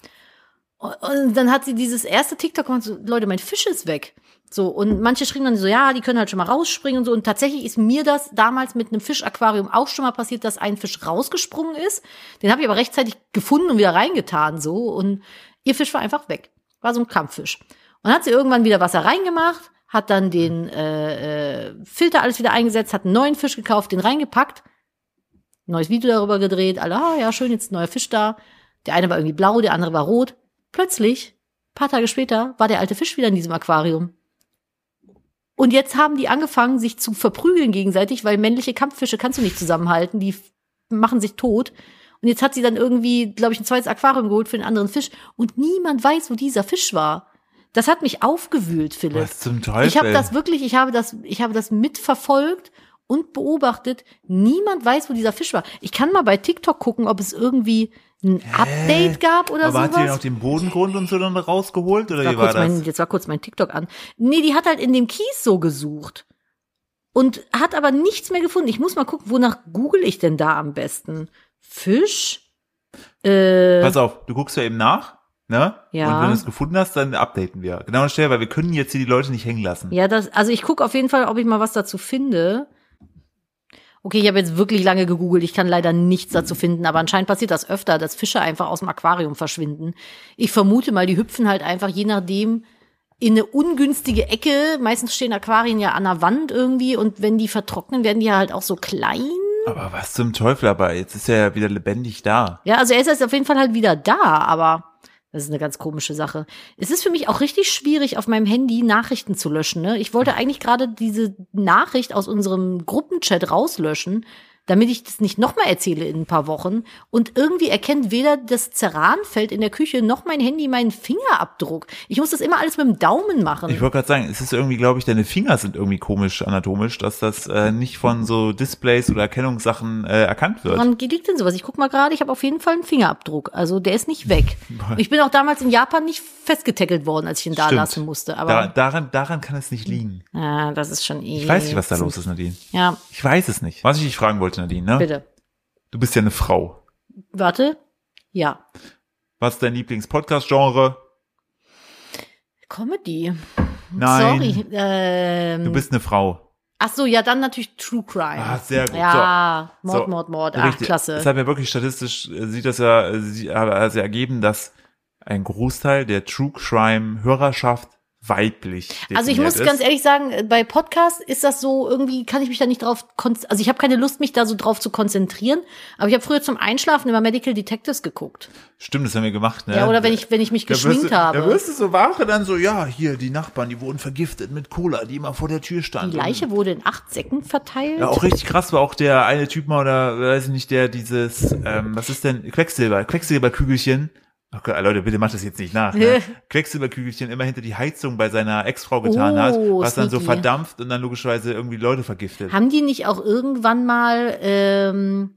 S2: Und dann hat sie dieses erste TikTok gemacht, so, Leute, mein Fisch ist weg. So, und manche schrieben dann so, ja, die können halt schon mal rausspringen und so. Und tatsächlich ist mir das damals mit einem Fischaquarium auch schon mal passiert, dass ein Fisch rausgesprungen ist. Den habe ich aber rechtzeitig gefunden und wieder reingetan, so. Und ihr Fisch war einfach weg. War so ein Kampffisch. Und dann hat sie irgendwann wieder Wasser reingemacht, hat dann den äh, äh, Filter alles wieder eingesetzt, hat einen neuen Fisch gekauft, den reingepackt neues Video darüber gedreht, alle, ah, ja, schön, jetzt ein neuer Fisch da. Der eine war irgendwie blau, der andere war rot. Plötzlich, ein paar Tage später, war der alte Fisch wieder in diesem Aquarium. Und jetzt haben die angefangen, sich zu verprügeln gegenseitig, weil männliche Kampffische kannst du nicht zusammenhalten, die f- machen sich tot. Und jetzt hat sie dann irgendwie, glaube ich, ein zweites Aquarium geholt für den anderen Fisch und niemand weiß, wo dieser Fisch war. Das hat mich aufgewühlt, Philipp.
S1: Was zum Teufel?
S2: Hm. Ich habe das wirklich, ich habe das, ich habe das mitverfolgt und beobachtet. Niemand weiß, wo dieser Fisch war. Ich kann mal bei TikTok gucken, ob es irgendwie ein Update gab oder
S1: Aber hat sie noch
S2: sowas.
S1: den Bodengrund und so dann rausgeholt oder
S2: War
S1: wie war
S2: kurz
S1: das?
S2: mein, jetzt war kurz mein TikTok an. Nee, die hat halt in dem Kies so gesucht. Und hat aber nichts mehr gefunden. Ich muss mal gucken, wonach google ich denn da am besten? Fisch? Äh,
S1: Pass auf, du guckst ja eben nach, ne?
S2: Ja.
S1: Und wenn du es gefunden hast, dann updaten wir. Genau an der Stelle, weil wir können jetzt hier die Leute nicht hängen lassen.
S2: Ja, das, also ich gucke auf jeden Fall, ob ich mal was dazu finde. Okay, ich habe jetzt wirklich lange gegoogelt. Ich kann leider nichts dazu finden, aber anscheinend passiert das öfter, dass Fische einfach aus dem Aquarium verschwinden. Ich vermute mal, die hüpfen halt einfach je nachdem in eine ungünstige Ecke. Meistens stehen Aquarien ja an der Wand irgendwie und wenn die vertrocknen, werden die ja halt auch so klein.
S1: Aber was zum Teufel, aber jetzt ist er ja wieder lebendig da.
S2: Ja, also er ist jetzt auf jeden Fall halt wieder da, aber das ist eine ganz komische Sache. Es ist für mich auch richtig schwierig, auf meinem Handy Nachrichten zu löschen. Ne? Ich wollte eigentlich gerade diese Nachricht aus unserem Gruppenchat rauslöschen, damit ich das nicht nochmal erzähle in ein paar Wochen. Und irgendwie erkennt weder das Zeranfeld in der Küche noch mein Handy meinen Fingerabdruck. Ich muss das immer alles mit dem Daumen machen.
S1: Ich wollte gerade sagen, es ist irgendwie, glaube ich, deine Finger sind irgendwie komisch anatomisch, dass das äh, nicht von so Displays oder Erkennungssachen äh, erkannt wird.
S2: Wann liegt denn sowas? Ich guck mal gerade, ich habe auf jeden Fall einen Fingerabdruck. Also der ist nicht weg. Ich bin auch damals in Japan nicht festgetackelt worden, als ich ihn da
S1: Stimmt.
S2: lassen musste.
S1: Da,
S2: Aber
S1: daran, daran kann es nicht liegen.
S2: ah, das ist schon eh.
S1: Ich weiß nicht, was da los ist, Nadine.
S2: Ja,
S1: Ich weiß es nicht. Was ich dich fragen wollte, Nadine, ne?
S2: bitte.
S1: Du bist ja eine Frau.
S2: Warte. Ja.
S1: Was ist dein Lieblings-Podcast-Genre?
S2: Comedy.
S1: Nein.
S2: Sorry. Ähm,
S1: Du bist eine Frau.
S2: ach so, ja, dann natürlich True Crime.
S1: Ah, sehr gut.
S2: Ja,
S1: So.
S2: Mord,
S1: So.
S2: Mord, Mord. Ach,
S1: Richtig. Es
S2: klasse.
S1: hat mir wirklich statistisch, äh, sieht das ja, äh, sie- hat hat ja ergeben, dass ein Großteil der True Crime Hörerschaft weiblich
S2: Also ich
S1: definiert
S2: muss
S1: ist.
S2: ganz ehrlich sagen, äh, bei Podcasts ist das so, irgendwie kann ich mich da nicht drauf, konz- also ich habe keine Lust, mich da so drauf zu konzentrieren, aber ich habe früher zum Einschlafen immer Medical Detectives geguckt.
S1: Stimmt, das haben wir gemacht, ne?
S2: Ja, oder wenn ich, wenn ich mich
S1: Da wirst
S2: geschminkt
S1: du,
S2: habe.
S1: Da wirst du so wache dann so, ja, hier, die Nachbarn, die wurden vergiftet mit Cola, die immer vor der Tür stand.
S2: Die Leiche wurde in acht Säcken verteilt.
S1: Ja, oh, auch richtig krass war auch der eine Typ mal, oder weiß ich nicht, der dieses, ähm, was ist denn, Quecksilber, Quecksilberkügelchen. Oh Gott, Leute, bitte macht das jetzt nicht nach. Ne? Quecksilberkügelchen immer hinter die Heizung bei seiner Ex-Frau getan hat,
S2: Oh,
S1: was dann so
S2: sneaky.
S1: verdampft und dann logischerweise irgendwie Leute vergiftet.
S2: Haben die nicht auch irgendwann mal, ähm,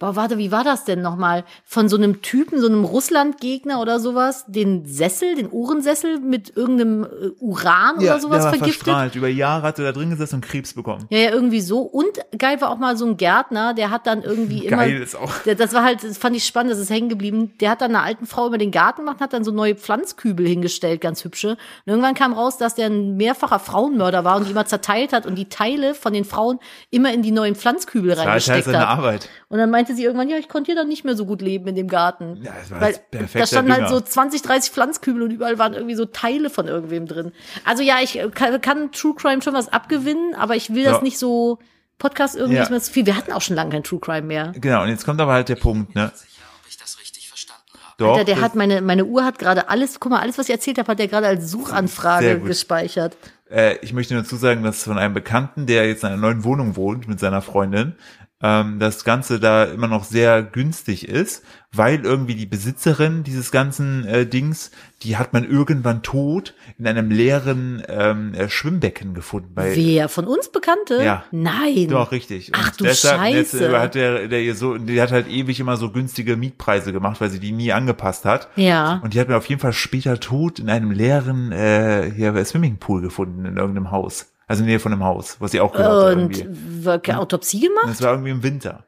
S2: boah, warte, wie war das denn nochmal? Von so einem Typen, so einem Russlandgegner oder sowas, den Sessel, den Ohrensessel mit irgendeinem äh, Uran oder
S1: der
S2: sowas
S1: war
S2: vergiftet?
S1: verstrahlt. Über Jahre hat er da drin gesessen und Krebs bekommen.
S2: Ja, ja, irgendwie so. Und geil war auch mal so ein Gärtner, der hat dann irgendwie immer.
S1: Geil ist auch.
S2: Der- Das war halt, das fand ich spannend, das ist hängen geblieben. Der hat dann einer alten Frau über den Garten gemacht, hat dann so neue Pflanzkübel hingestellt, ganz hübsche. Und irgendwann kam raus, dass der ein mehrfacher Frauenmörder war und die immer zerteilt hat und die Teile von den Frauen immer in die neuen Pflanzkübel
S1: Da ist halt
S2: reingesteckt
S1: seine
S2: hat.
S1: Arbeit.
S2: Und dann meinte sie irgendwann, ja, ich konnte hier dann nicht mehr so gut leben in dem Garten.
S1: Ja, das war
S2: Weil
S1: das perfekte
S2: da standen halt
S1: Dünger.
S2: so 20, 30 Pflanzkübel und überall waren irgendwie so Teile von irgendwem drin. Also ja, ich äh, kann, kann True Crime schon was abgewinnen, aber ich will das
S1: Ja.
S2: nicht so Podcast irgendwie
S1: Ja.
S2: ist mir zu viel. Wir hatten auch schon lange kein True Crime mehr.
S1: Genau, und jetzt kommt aber halt der Punkt, ne?
S3: sicher, ob ich das richtig verstanden habe.
S1: Doch,
S2: Alter, der
S1: das-
S2: hat meine, meine Uhr hat gerade alles, guck mal, alles, was ich erzählt habe, hat er gerade als
S1: Sehr
S2: Suchanfrage
S1: gut.
S2: gespeichert.
S1: Äh, ich möchte nur dazu sagen, dass von einem Bekannten, der jetzt in einer neuen Wohnung wohnt mit seiner Freundin, ähm, das Ganze da immer noch sehr günstig ist, weil irgendwie die Besitzerin dieses ganzen äh, Dings, die hat man irgendwann tot in einem leeren ähm, äh, Schwimmbecken gefunden. Bei,
S2: Wer? Von uns Bekannte?
S1: Ja.
S2: Nein.
S1: Doch, richtig. Und
S2: Ach du
S1: jetzt
S2: Scheiße.
S1: hat der, der ihr so, die hat halt ewig immer so günstige Mietpreise gemacht, weil sie die nie angepasst hat.
S2: Ja.
S1: Und die hat mir auf jeden Fall später tot in einem leeren äh, hier, Swimmingpool gefunden in irgendeinem Haus. Also in der Nähe von einem Haus, was sie auch gehört hat irgendwie. Und
S2: Und war keine Autopsie gemacht?
S1: das war irgendwie im Winter.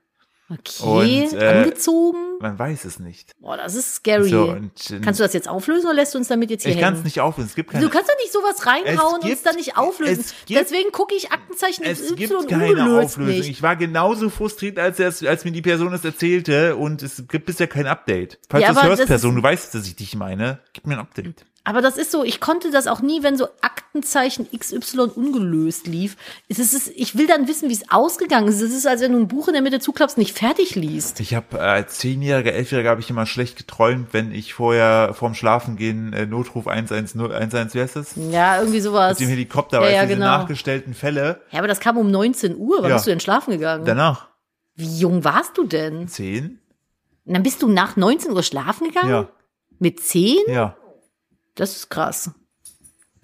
S2: Okay.
S1: Und, äh,
S2: Angezogen?
S1: Man weiß es nicht.
S2: Boah, das ist scary.
S1: So, und, äh,
S2: Kannst du das jetzt auflösen oder lässt du uns damit jetzt hier
S1: ich kann es
S2: hängen?
S1: nicht auflösen. Es gibt keine.
S2: Du kannst doch nicht sowas reinhauen
S1: Es
S2: und es
S1: gibt-
S2: dann nicht auflösen.
S1: es gibt-
S2: Deswegen gucke ich Aktenzeichen
S1: es
S2: XY
S1: gibt
S2: und
S1: keine
S2: du löst
S1: Auflösung.
S2: nicht.
S1: Ich war genauso frustriert, als, er's- als mir die Person es erzählte und es gibt bisher kein Update. Falls
S2: Ja,
S1: du es
S2: aber
S1: hörst,
S2: das ist-
S1: Person, du weißt, dass ich dich meine, gib mir ein Update.
S2: Aber das ist so, ich konnte das auch nie, wenn so Aktenzeichen XY ungelöst lief. Es ist, es, ich will dann wissen, wie es ausgegangen ist. Es ist, als wenn du ein Buch in der Mitte zuklappst und nicht fertig liest.
S1: Ich habe als Zehnjähriger, Elfjähriger habe ich immer schlecht geträumt, wenn ich vorher vorm Schlafengehen äh, Notruf 110, 110, wie heißt das?
S2: Ja, irgendwie sowas.
S1: Mit dem Helikopter,
S2: Ja,
S1: weil
S2: ja,
S1: diese
S2: genau.
S1: nachgestellten Fälle.
S2: Ja, aber das kam um 19 Uhr. Wann
S1: Ja.
S2: bist du denn schlafen gegangen?
S1: Danach
S2: wie jung warst du denn?
S1: zehn.
S2: Und dann bist du nach 19 Uhr schlafen gegangen?
S1: Ja,
S2: Mit 10?
S1: ja.
S2: Das ist krass.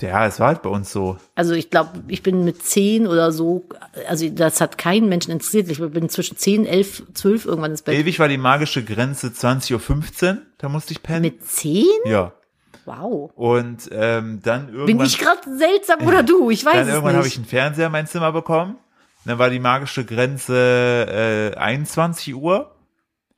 S1: Ja, es war halt bei uns so.
S2: Also ich glaube, ich bin mit 10 oder so, also das hat keinen Menschen interessiert. Ich bin zwischen 10, 11, 12 irgendwann ins Bett.
S1: Ewig war die magische Grenze 20.15 Uhr, da musste ich pennen.
S2: Mit 10?
S1: ja.
S2: Wow.
S1: Und ähm, dann irgendwann.
S2: Bin ich gerade seltsam oder du? Ich weiß
S1: dann irgendwann
S2: es
S1: habe ich
S2: nicht.
S1: einen Fernseher in mein Zimmer bekommen. Dann war die magische Grenze äh, 21 Uhr.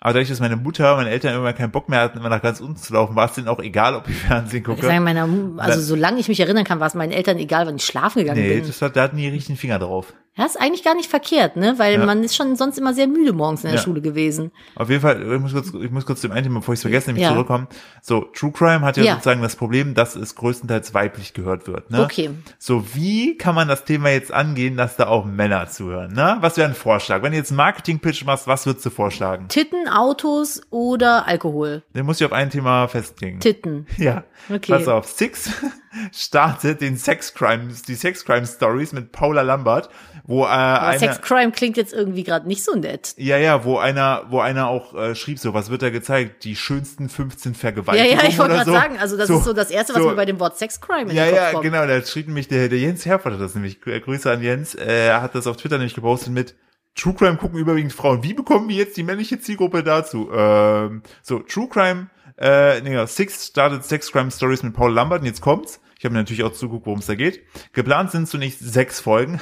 S1: Aber dadurch, dass meine Mutter, meine Eltern irgendwann keinen Bock mehr hatten, immer nach ganz unten zu laufen, war es denen auch egal, ob ich Fernsehen
S2: Ich sage
S1: gucke.
S2: meiner, Mu- also
S1: Na-
S2: solange ich mich erinnern kann, war es meinen Eltern egal, wann ich schlafen gegangen
S1: Nee,
S2: bin.
S1: das hat, da hatten die richtigen Finger drauf.
S2: Das ist eigentlich gar nicht verkehrt, ne? Weil
S1: Ja.
S2: man ist schon sonst immer sehr müde morgens in der
S1: Ja.
S2: Schule gewesen.
S1: Auf jeden Fall, ich muss kurz, ich muss kurz zu dem einen Thema, bevor ich es vergesse, nämlich
S2: Ja.
S1: zurückkommen. So, True Crime hat ja,
S2: Ja.
S1: sozusagen das Problem, dass es größtenteils weiblich gehört wird. Ne?
S2: Okay.
S1: So, wie kann man das Thema jetzt angehen, dass da auch Männer zuhören? Ne? Was wäre ein Vorschlag? Wenn du jetzt einen Marketing-Pitch machst, was würdest du vorschlagen?
S2: Titten, Autos oder Alkohol?
S1: Den muss ich auf ein Thema festlegen.
S2: Titten.
S1: Ja.
S2: Okay.
S1: Pass auf, Six startet den Sex Crimes, die Sex Crime Stories mit Paula Lambert, wo äh,
S2: Aber
S1: einer,
S2: Sex Crime klingt jetzt irgendwie gerade nicht so nett.
S1: ja ja, wo einer, wo einer auch äh, schrieb so, was wird da gezeigt? Die schönsten 15
S2: Ja,
S1: Vergewaltigungen
S2: ja, ich wollte
S1: oder
S2: gerade
S1: so.
S2: sagen, also das ist so das Erste, was
S1: so-
S2: mir bei dem Wort Sex Crime in
S1: ja,
S2: den Kopf
S1: ja,
S2: kommt.
S1: genau, da schrieb nämlich der, der Jens Herford hat das nämlich, äh, Grüße an Jens, äh, er hat das auf Twitter nämlich gepostet mit True Crime gucken überwiegend Frauen. Wie bekommen wir jetzt die männliche Zielgruppe dazu? Ähm, so, True Crime, äh, nee, genau, Six startet Sex Crime Stories mit Paul Lambert und jetzt kommt's. Ich habe mir natürlich auch zugeguckt, worum es da geht. Geplant sind zunächst sechs Folgen.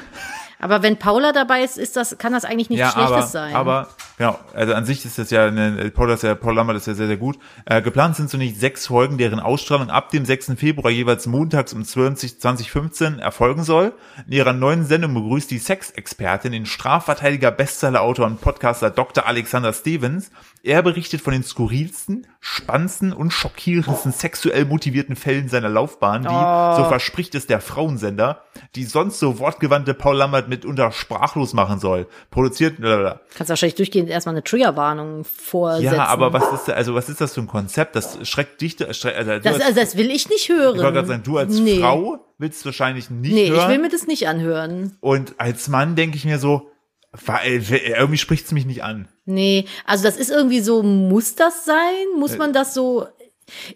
S2: Aber wenn Paula dabei ist, ist das, kann das eigentlich nichts Schlechtes
S1: aber,
S2: sein.
S1: aber, genau, also an sich ist das ja, eine, äh, Paul, ist ja, Paul Lambert ist ja sehr, sehr gut. Äh, geplant sind zunächst sechs Folgen, deren Ausstrahlung ab dem 6. Februar jeweils montags um 20, 2015 erfolgen soll. In ihrer neuen Sendung begrüßt die Sexexpertin den Strafverteidiger, Bestsellerautor und Podcaster Dr. Alexander Stevens. Er berichtet von den skurrilsten, spannendsten und schockierendsten sexuell motivierten Fällen seiner Laufbahn, die, so verspricht es der Frauensender, die sonst so wortgewandte Paul Lambert mitunter sprachlos machen soll. Produziert, blablabla.
S2: Kannst wahrscheinlich durchgehend erstmal eine Triggerwarnung vorsetzen.
S1: Ja, aber was ist, da- also was ist das für ein Konzept? Das schreckt dich, da- schreckt, also, du
S2: Das,
S1: als,
S2: also das will ich nicht hören.
S1: ich wollte gerade sagen, du als
S2: nee.
S1: Frau willst wahrscheinlich nicht
S2: Nee, ich will
S1: hören.
S2: mir das nicht anhören.
S1: und als Mann denke ich mir so, weil, irgendwie spricht's mich nicht an.
S2: Nee, also das ist irgendwie so, muss das sein?
S1: Äh.
S2: Muss man das so.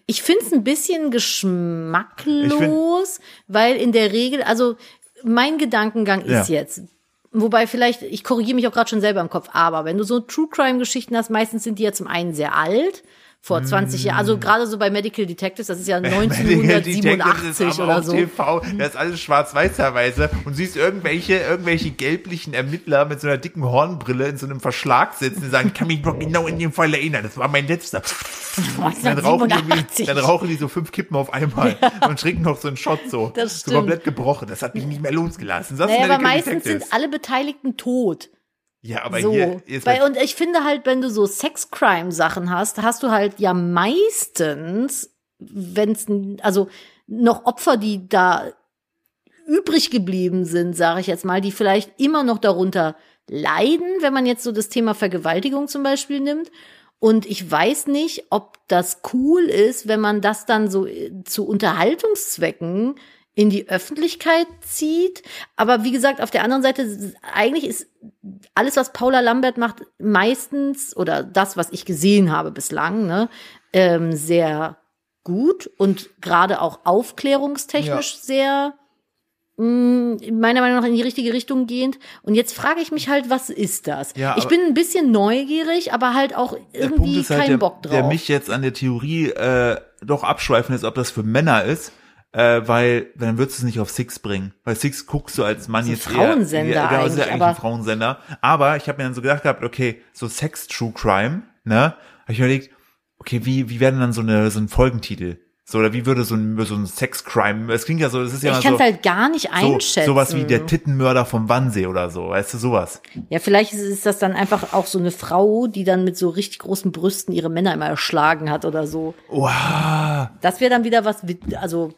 S2: Ich find's ein bisschen geschmacklos, weil in der Regel, also mein Gedankengang ist
S1: Ja.
S2: jetzt. Wobei vielleicht, ich korrigiere mich auch gerade schon selber im Kopf, aber wenn du so True Crime-Geschichten hast, meistens sind die ja zum einen sehr alt, vor
S1: Mm.
S2: 20 Jahren, also gerade so bei Medical Detectives, das ist ja
S1: Die denken, das ist
S2: 1987
S1: aber
S2: oder
S1: auf
S2: so.
S1: TV, das ist alles schwarz-weiß teilweise und siehst irgendwelche, irgendwelche gelblichen Ermittler mit so einer dicken Hornbrille in so einem Verschlag sitzen und sagen, ich kann mich noch genau in den Fall erinnern, das war mein letzter. Dann rauchen, die, irgendwie-
S2: 1987.
S1: dann rauchen die so fünf Kippen auf einmal und trinken noch so einen Shot so.
S2: Das
S1: so
S2: stimmt.
S1: komplett gebrochen. Das hat mich nicht mehr losgelassen. Das
S2: Naja,
S1: sind
S2: aber
S1: Medical
S2: meistens sind
S1: Detectives.
S2: alle Beteiligten tot.
S1: Ja, aber
S2: so.
S1: hier jetzt
S2: Weil, und ich finde halt, wenn du so Sex-Crime-Sachen hast, hast du halt ja meistens, wenn es, also noch Opfer, die da übrig geblieben sind, sage ich jetzt mal, die vielleicht immer noch darunter leiden, wenn man jetzt so das Thema Vergewaltigung zum Beispiel nimmt. Und ich weiß nicht, ob das cool ist, wenn man das dann so äh, zu Unterhaltungszwecken in die Öffentlichkeit zieht. Aber wie gesagt, auf der anderen Seite, s- eigentlich ist alles, was Paula Lambert macht, meistens oder das, was ich gesehen habe bislang, ne, ähm, sehr gut und gerade auch aufklärungstechnisch sehr mh, meiner Meinung nach in die richtige Richtung gehend. Und jetzt frage ich mich halt, was ist das?
S1: Ja,
S2: ich
S1: aber-
S2: bin ein bisschen neugierig, aber halt auch
S1: der
S2: irgendwie
S1: halt,
S2: keinen
S1: der,
S2: Bock drauf.
S1: der mich jetzt an der Theorie äh, doch abschweifen ist, ob das für Männer ist. Äh, weil dann würdest du es nicht auf Six bringen. Weil Six guckst du als Mann
S2: ein
S1: jetzt
S2: Frauensender
S1: eher, ja, das ist ja
S2: eigentlich,
S1: eigentlich ein
S2: aber-
S1: Frauensender. Aber ich habe mir dann so gedacht gehabt, okay, so Sex True Crime, ne? Habe ich mir überlegt, okay, wie wie wäre denn dann so eine so ein Folgentitel? So oder wie würde so ein so ein Sex Crime? Es klingt ja so, das ist ja
S2: ich
S1: immer so
S2: kann es halt gar nicht
S1: so
S2: einschätzen.
S1: sowas wie der Tittenmörder vom Wannsee oder so, weißt du sowas?
S2: ja, vielleicht ist- ist das dann einfach auch so eine Frau, die dann mit so richtig großen Brüsten ihre Männer immer erschlagen hat oder so.
S1: Wow.
S2: Das wäre dann wieder was, wit- also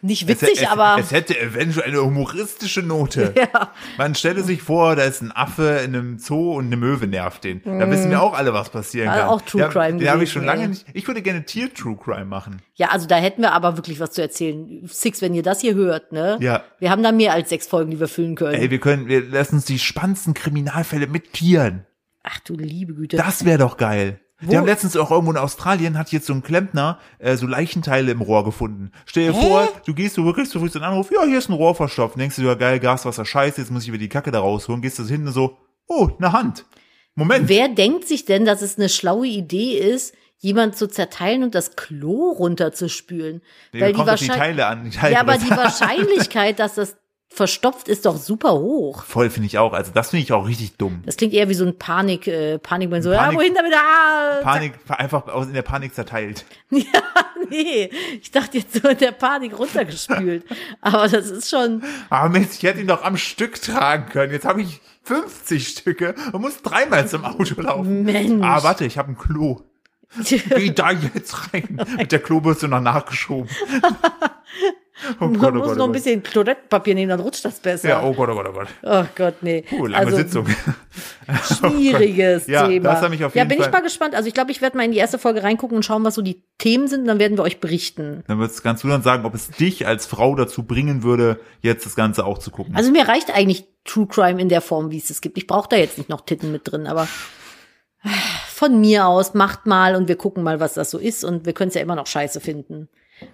S2: nicht
S1: Es-
S2: witzig,
S1: es,
S2: aber
S1: Es hätte eventuell eine humoristische Note. Man stelle sich vor, da ist ein Affe in einem Zoo und eine Möwe nervt den. Da wissen wir auch alle, was passieren
S2: Also
S1: kann.
S2: Mhm. auch True
S1: Den hab-
S2: Crime
S1: Den habe ich
S2: gewesen,
S1: schon lange
S2: ey.
S1: nicht. Ich würde gerne Tier-True Crime machen.
S2: ja, also da hätten wir aber wirklich was zu erzählen. Six, wenn ihr das hier hört, ne?
S1: Ja.
S2: Wir haben da mehr als sechs Folgen, die wir füllen können.
S1: Ey, wir können, wir lassen uns die spannendsten Kriminalfälle mit Tieren.
S2: Ach du liebe Güte.
S1: Das wäre doch geil.
S2: Wo-
S1: Die haben letztens auch irgendwo in Australien hat jetzt so ein Klempner äh, so Leichenteile im Rohr gefunden. Stell dir vor, du gehst, du kriegst so früh so einen Anruf, ja, hier ist ein Rohr verstopft. Denkst du, ja geil, Gaswasser, scheiße, jetzt muss ich wieder die Kacke da rausholen. Gehst du hin und so, oh, eine Hand. Moment.
S2: Wer denkt sich denn, dass es eine schlaue Idee ist, jemand zu zerteilen und das Klo runterzuspülen?
S1: Nee, da kommt auf die Teile an. Die Teile
S2: ja, aber
S1: was-
S2: die Wahrscheinlichkeit, dass das verstopft, ist doch super hoch.
S1: Voll finde ich auch. Also das finde ich auch richtig dumm.
S2: Das klingt eher wie so ein Panik, äh, Panikmoment. So,
S1: Panik-
S2: ah, wohin damit? Ah,
S1: Panik, einfach aus, in der Panik zerteilt.
S2: nee. Ich dachte jetzt so in der Panik runtergespült. aber das ist schon,
S1: Ah Mist, ich hätte ihn doch am Stück tragen können. Jetzt habe ich 50 Stücke und muss dreimal zum Auto laufen.
S2: Mensch.
S1: Ah, warte, ich habe ein Klo. Geh da jetzt rein. Mit der Klobürste noch nachgeschoben. Oh
S2: man muss noch ein bisschen Klorettpapier nehmen, dann rutscht das besser.
S1: Ja, oh Gott, oh Gott, oh Gott.
S2: Oh Gott, nee.
S1: Oh, lange Sitzung.
S2: schwieriges
S1: Ja,
S2: Thema.
S1: das hat mich auf
S2: ja,
S1: jeden
S2: bin
S1: Fall-
S2: ich mal gespannt. Also ich glaube, ich werde mal in die erste Folge reingucken und schauen, was so die Themen sind. Und dann werden wir euch berichten.
S1: Dann würdest, kannst du dann sagen, ob es dich als Frau dazu bringen würde, jetzt das Ganze auch zu gucken.
S2: Also mir reicht eigentlich True Crime in der Form, wie es es gibt. Ich brauche da jetzt nicht noch Titten mit drin, aber von mir aus macht mal und wir gucken mal, was das so ist und wir können es ja immer noch scheiße finden.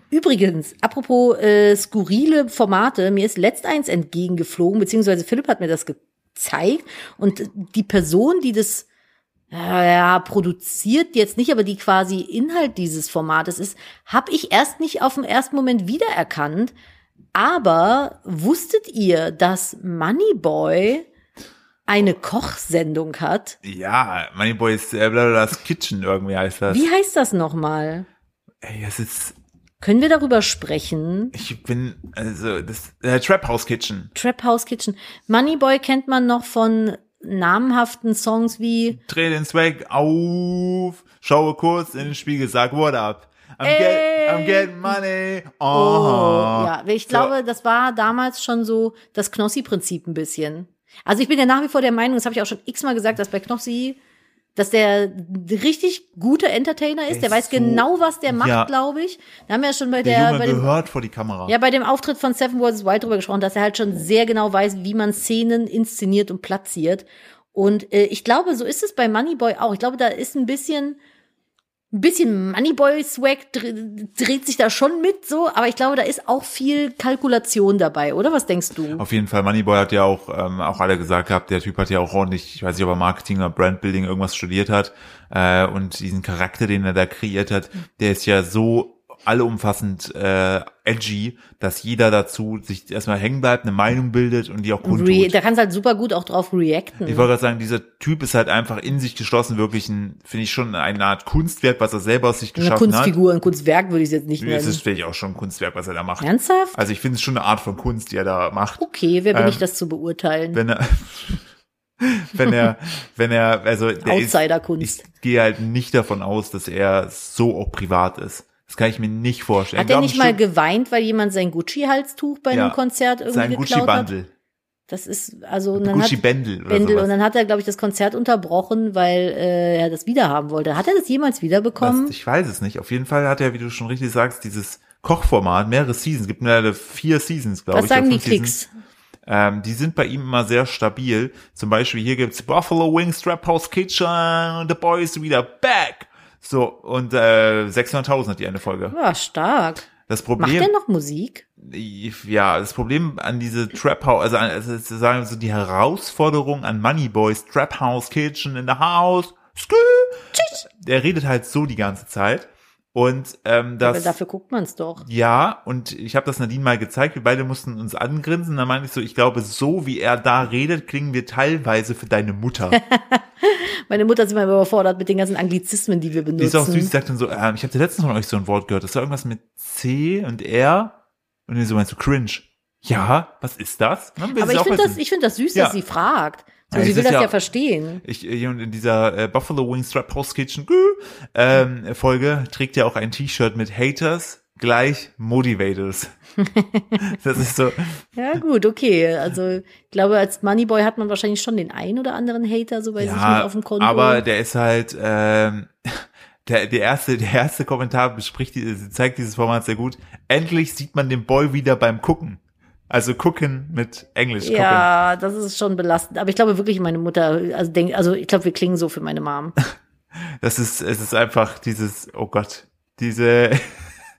S2: Übrigens, apropos äh, skurrile Formate, mir ist letzt eins entgegengeflogen, beziehungsweise Philipp hat mir das gezeigt und die Person, die das äh, ja, produziert jetzt nicht, aber die quasi Inhalt dieses Formates ist, habe ich erst nicht auf den ersten Moment wiedererkannt. Aber wusstet ihr, dass Moneyboy eine Kochsendung hat?
S1: ja, Money Boys, äh, Blabla's Kitchen irgendwie heißt das.
S2: Wie heißt das nochmal?
S1: Ey, das ist,
S2: Können wir darüber sprechen?
S1: ich bin, also, das, äh, Trap House Kitchen.
S2: Trap House Kitchen. Moneyboy kennt man noch von namenhaften Songs wie
S1: Dreh den Swag auf, schaue kurz in den Spiegel, sag what up. I'm,
S2: Ey.
S1: get, I'm getting money. Oh,
S2: Oh, ja, ich
S1: So.
S2: glaube, das war damals schon so das Knossi-Prinzip ein bisschen. Also ich bin ja nach wie vor der Meinung, das habe ich auch schon x-mal gesagt, dass bei Knossi, dass der ein richtig guter Entertainer ist,
S1: Ey,
S2: der weiß
S1: so-
S2: genau, was der macht,
S1: Ja.
S2: glaube ich. Da haben wir ja schon bei
S1: der,
S2: der, bei
S1: Junge
S2: dem
S1: gehört vor die Kamera.
S2: ja, bei dem Auftritt von Seven vs. Wild drüber gesprochen, dass er halt schon sehr genau weiß, wie man Szenen inszeniert und platziert. Und äh, ich glaube, so ist es bei Moneyboy auch. Ich glaube, da ist ein bisschen, ein bisschen Moneyboy-Swag dr- dreht sich da schon mit, so. Aber ich glaube, da ist auch viel Kalkulation dabei, oder? Was denkst du?
S1: Auf jeden Fall, Moneyboy hat ja auch, ähm, auch alle gesagt gehabt, der Typ hat ja auch ordentlich, ich weiß nicht, ob er Marketing oder Brandbuilding irgendwas studiert hat. Äh, und diesen Charakter, den er da kreiert hat,
S2: Mhm.
S1: der ist ja so allumfassend äh, edgy, dass jeder dazu sich erstmal hängen bleibt, eine Meinung bildet und die auch kundtut.
S2: Re da kannst halt super gut auch drauf reacten.
S1: Ich wollte gerade sagen, dieser Typ ist halt einfach in sich geschlossen, wirklich ein, finde ich schon eine Art Kunstwerk, was er selber aus sich
S2: Eine
S1: geschaffen hat.
S2: Kunstfigur, ein Kunstwerk würde ich es jetzt nicht
S1: Es ist
S2: nennen.
S1: vielleicht auch schon ein Kunstwerk, was er da macht.
S2: Ernsthaft?
S1: Also ich finde es schon eine Art von Kunst, die er da macht.
S2: Okay, wer bin
S1: Ähm,
S2: ich, das zu beurteilen?
S1: Wenn er, wenn er, wenn er, also der ist, ich
S2: Outsider-Kunst.
S1: gehe halt nicht davon aus, dass er so auch privat ist. Das kann ich mir nicht vorstellen.
S2: Hat er
S1: Glaub,
S2: nicht mal
S1: bestimmt
S2: geweint, weil jemand sein Gucci-Halstuch bei
S1: Ja,
S2: einem Konzert irgendwie
S1: sein
S2: geklaut
S1: Gucci
S2: hat?
S1: Bundle,
S2: Das ist, also, und dann
S1: Gucci
S2: hat
S1: Bändel oder
S2: Bändel,
S1: sowas.
S2: und dann hat er, glaube ich, das Konzert unterbrochen, weil äh, er das wiederhaben wollte. Hat er das jemals wiederbekommen?
S1: Was, ich weiß es nicht. Auf jeden Fall hat er, wie du schon richtig sagst, dieses Kochformat, mehrere Seasons, gibt mittlerweile vier Seasons, glaube
S2: Was
S1: ich. oder
S2: sagen die
S1: fünf Seasons.
S2: Klicks?
S1: Ähm, die sind bei ihm immer sehr stabil. Zum Beispiel hier gibt's Buffalo Wings, Trap House Kitchen, The Boys wieder back. So, und äh, 600.000 hat die eine Folge.
S2: Ja, stark.
S1: Das
S2: Macht
S1: Problem,
S2: er noch Musik?
S1: ja, das Problem an diese Trap House, also, an, also sozusagen so die Herausforderung an Money Boys, Trap House Kitchen in the House, skü, der redet halt so die ganze Zeit. Und ähm,
S2: Aber
S1: das
S2: dafür guckt man es doch.
S1: ja, und ich habe das Nadine mal gezeigt, wir beide mussten uns angrinsen. Da meinte ich so, ich glaube, so wie er da redet, klingen wir teilweise für deine Mutter.
S2: Meine Mutter ist immer überfordert mit den ganzen Anglizismen, die wir benutzen.
S1: Die ist auch süß, die sagt dann so, ähm, ich habe letztens von euch so ein Wort gehört, das war irgendwas mit C und R. Und dann so meinst du cringe. Ja, was ist das? Dann will
S2: Aber
S1: sie
S2: ich
S1: auch
S2: finde das,
S1: wissen.
S2: ich find das süß,
S1: Ja.
S2: dass sie fragt. So,
S1: Ja,
S2: sie
S1: es
S2: will
S1: ist
S2: das ja,
S1: ja-
S2: verstehen.
S1: Ich, äh, und in dieser äh, Buffalo Wings Trap House Kitchen gü, ähm, Folge trägt ja auch ein T-Shirt mit Haters gleich Motivators. das ist so,
S2: Ja, gut, okay. Also, ich glaube, als Moneyboy hat man wahrscheinlich schon den einen oder anderen Hater so bei sich mit auf dem Konto.
S1: Aber der ist halt, ähm, der, der erste, der erste Kommentar bespricht, die- zeigt dieses Format sehr gut. Endlich sieht man den Boy wieder beim Gucken. Also gucken mit Englisch gucken.
S2: Ja, das ist schon belastend. Aber ich glaube wirklich, meine Mutter, also denkt, also ich glaube, wir klingen so für meine Mom.
S1: Das ist, es ist einfach dieses, oh Gott, diese,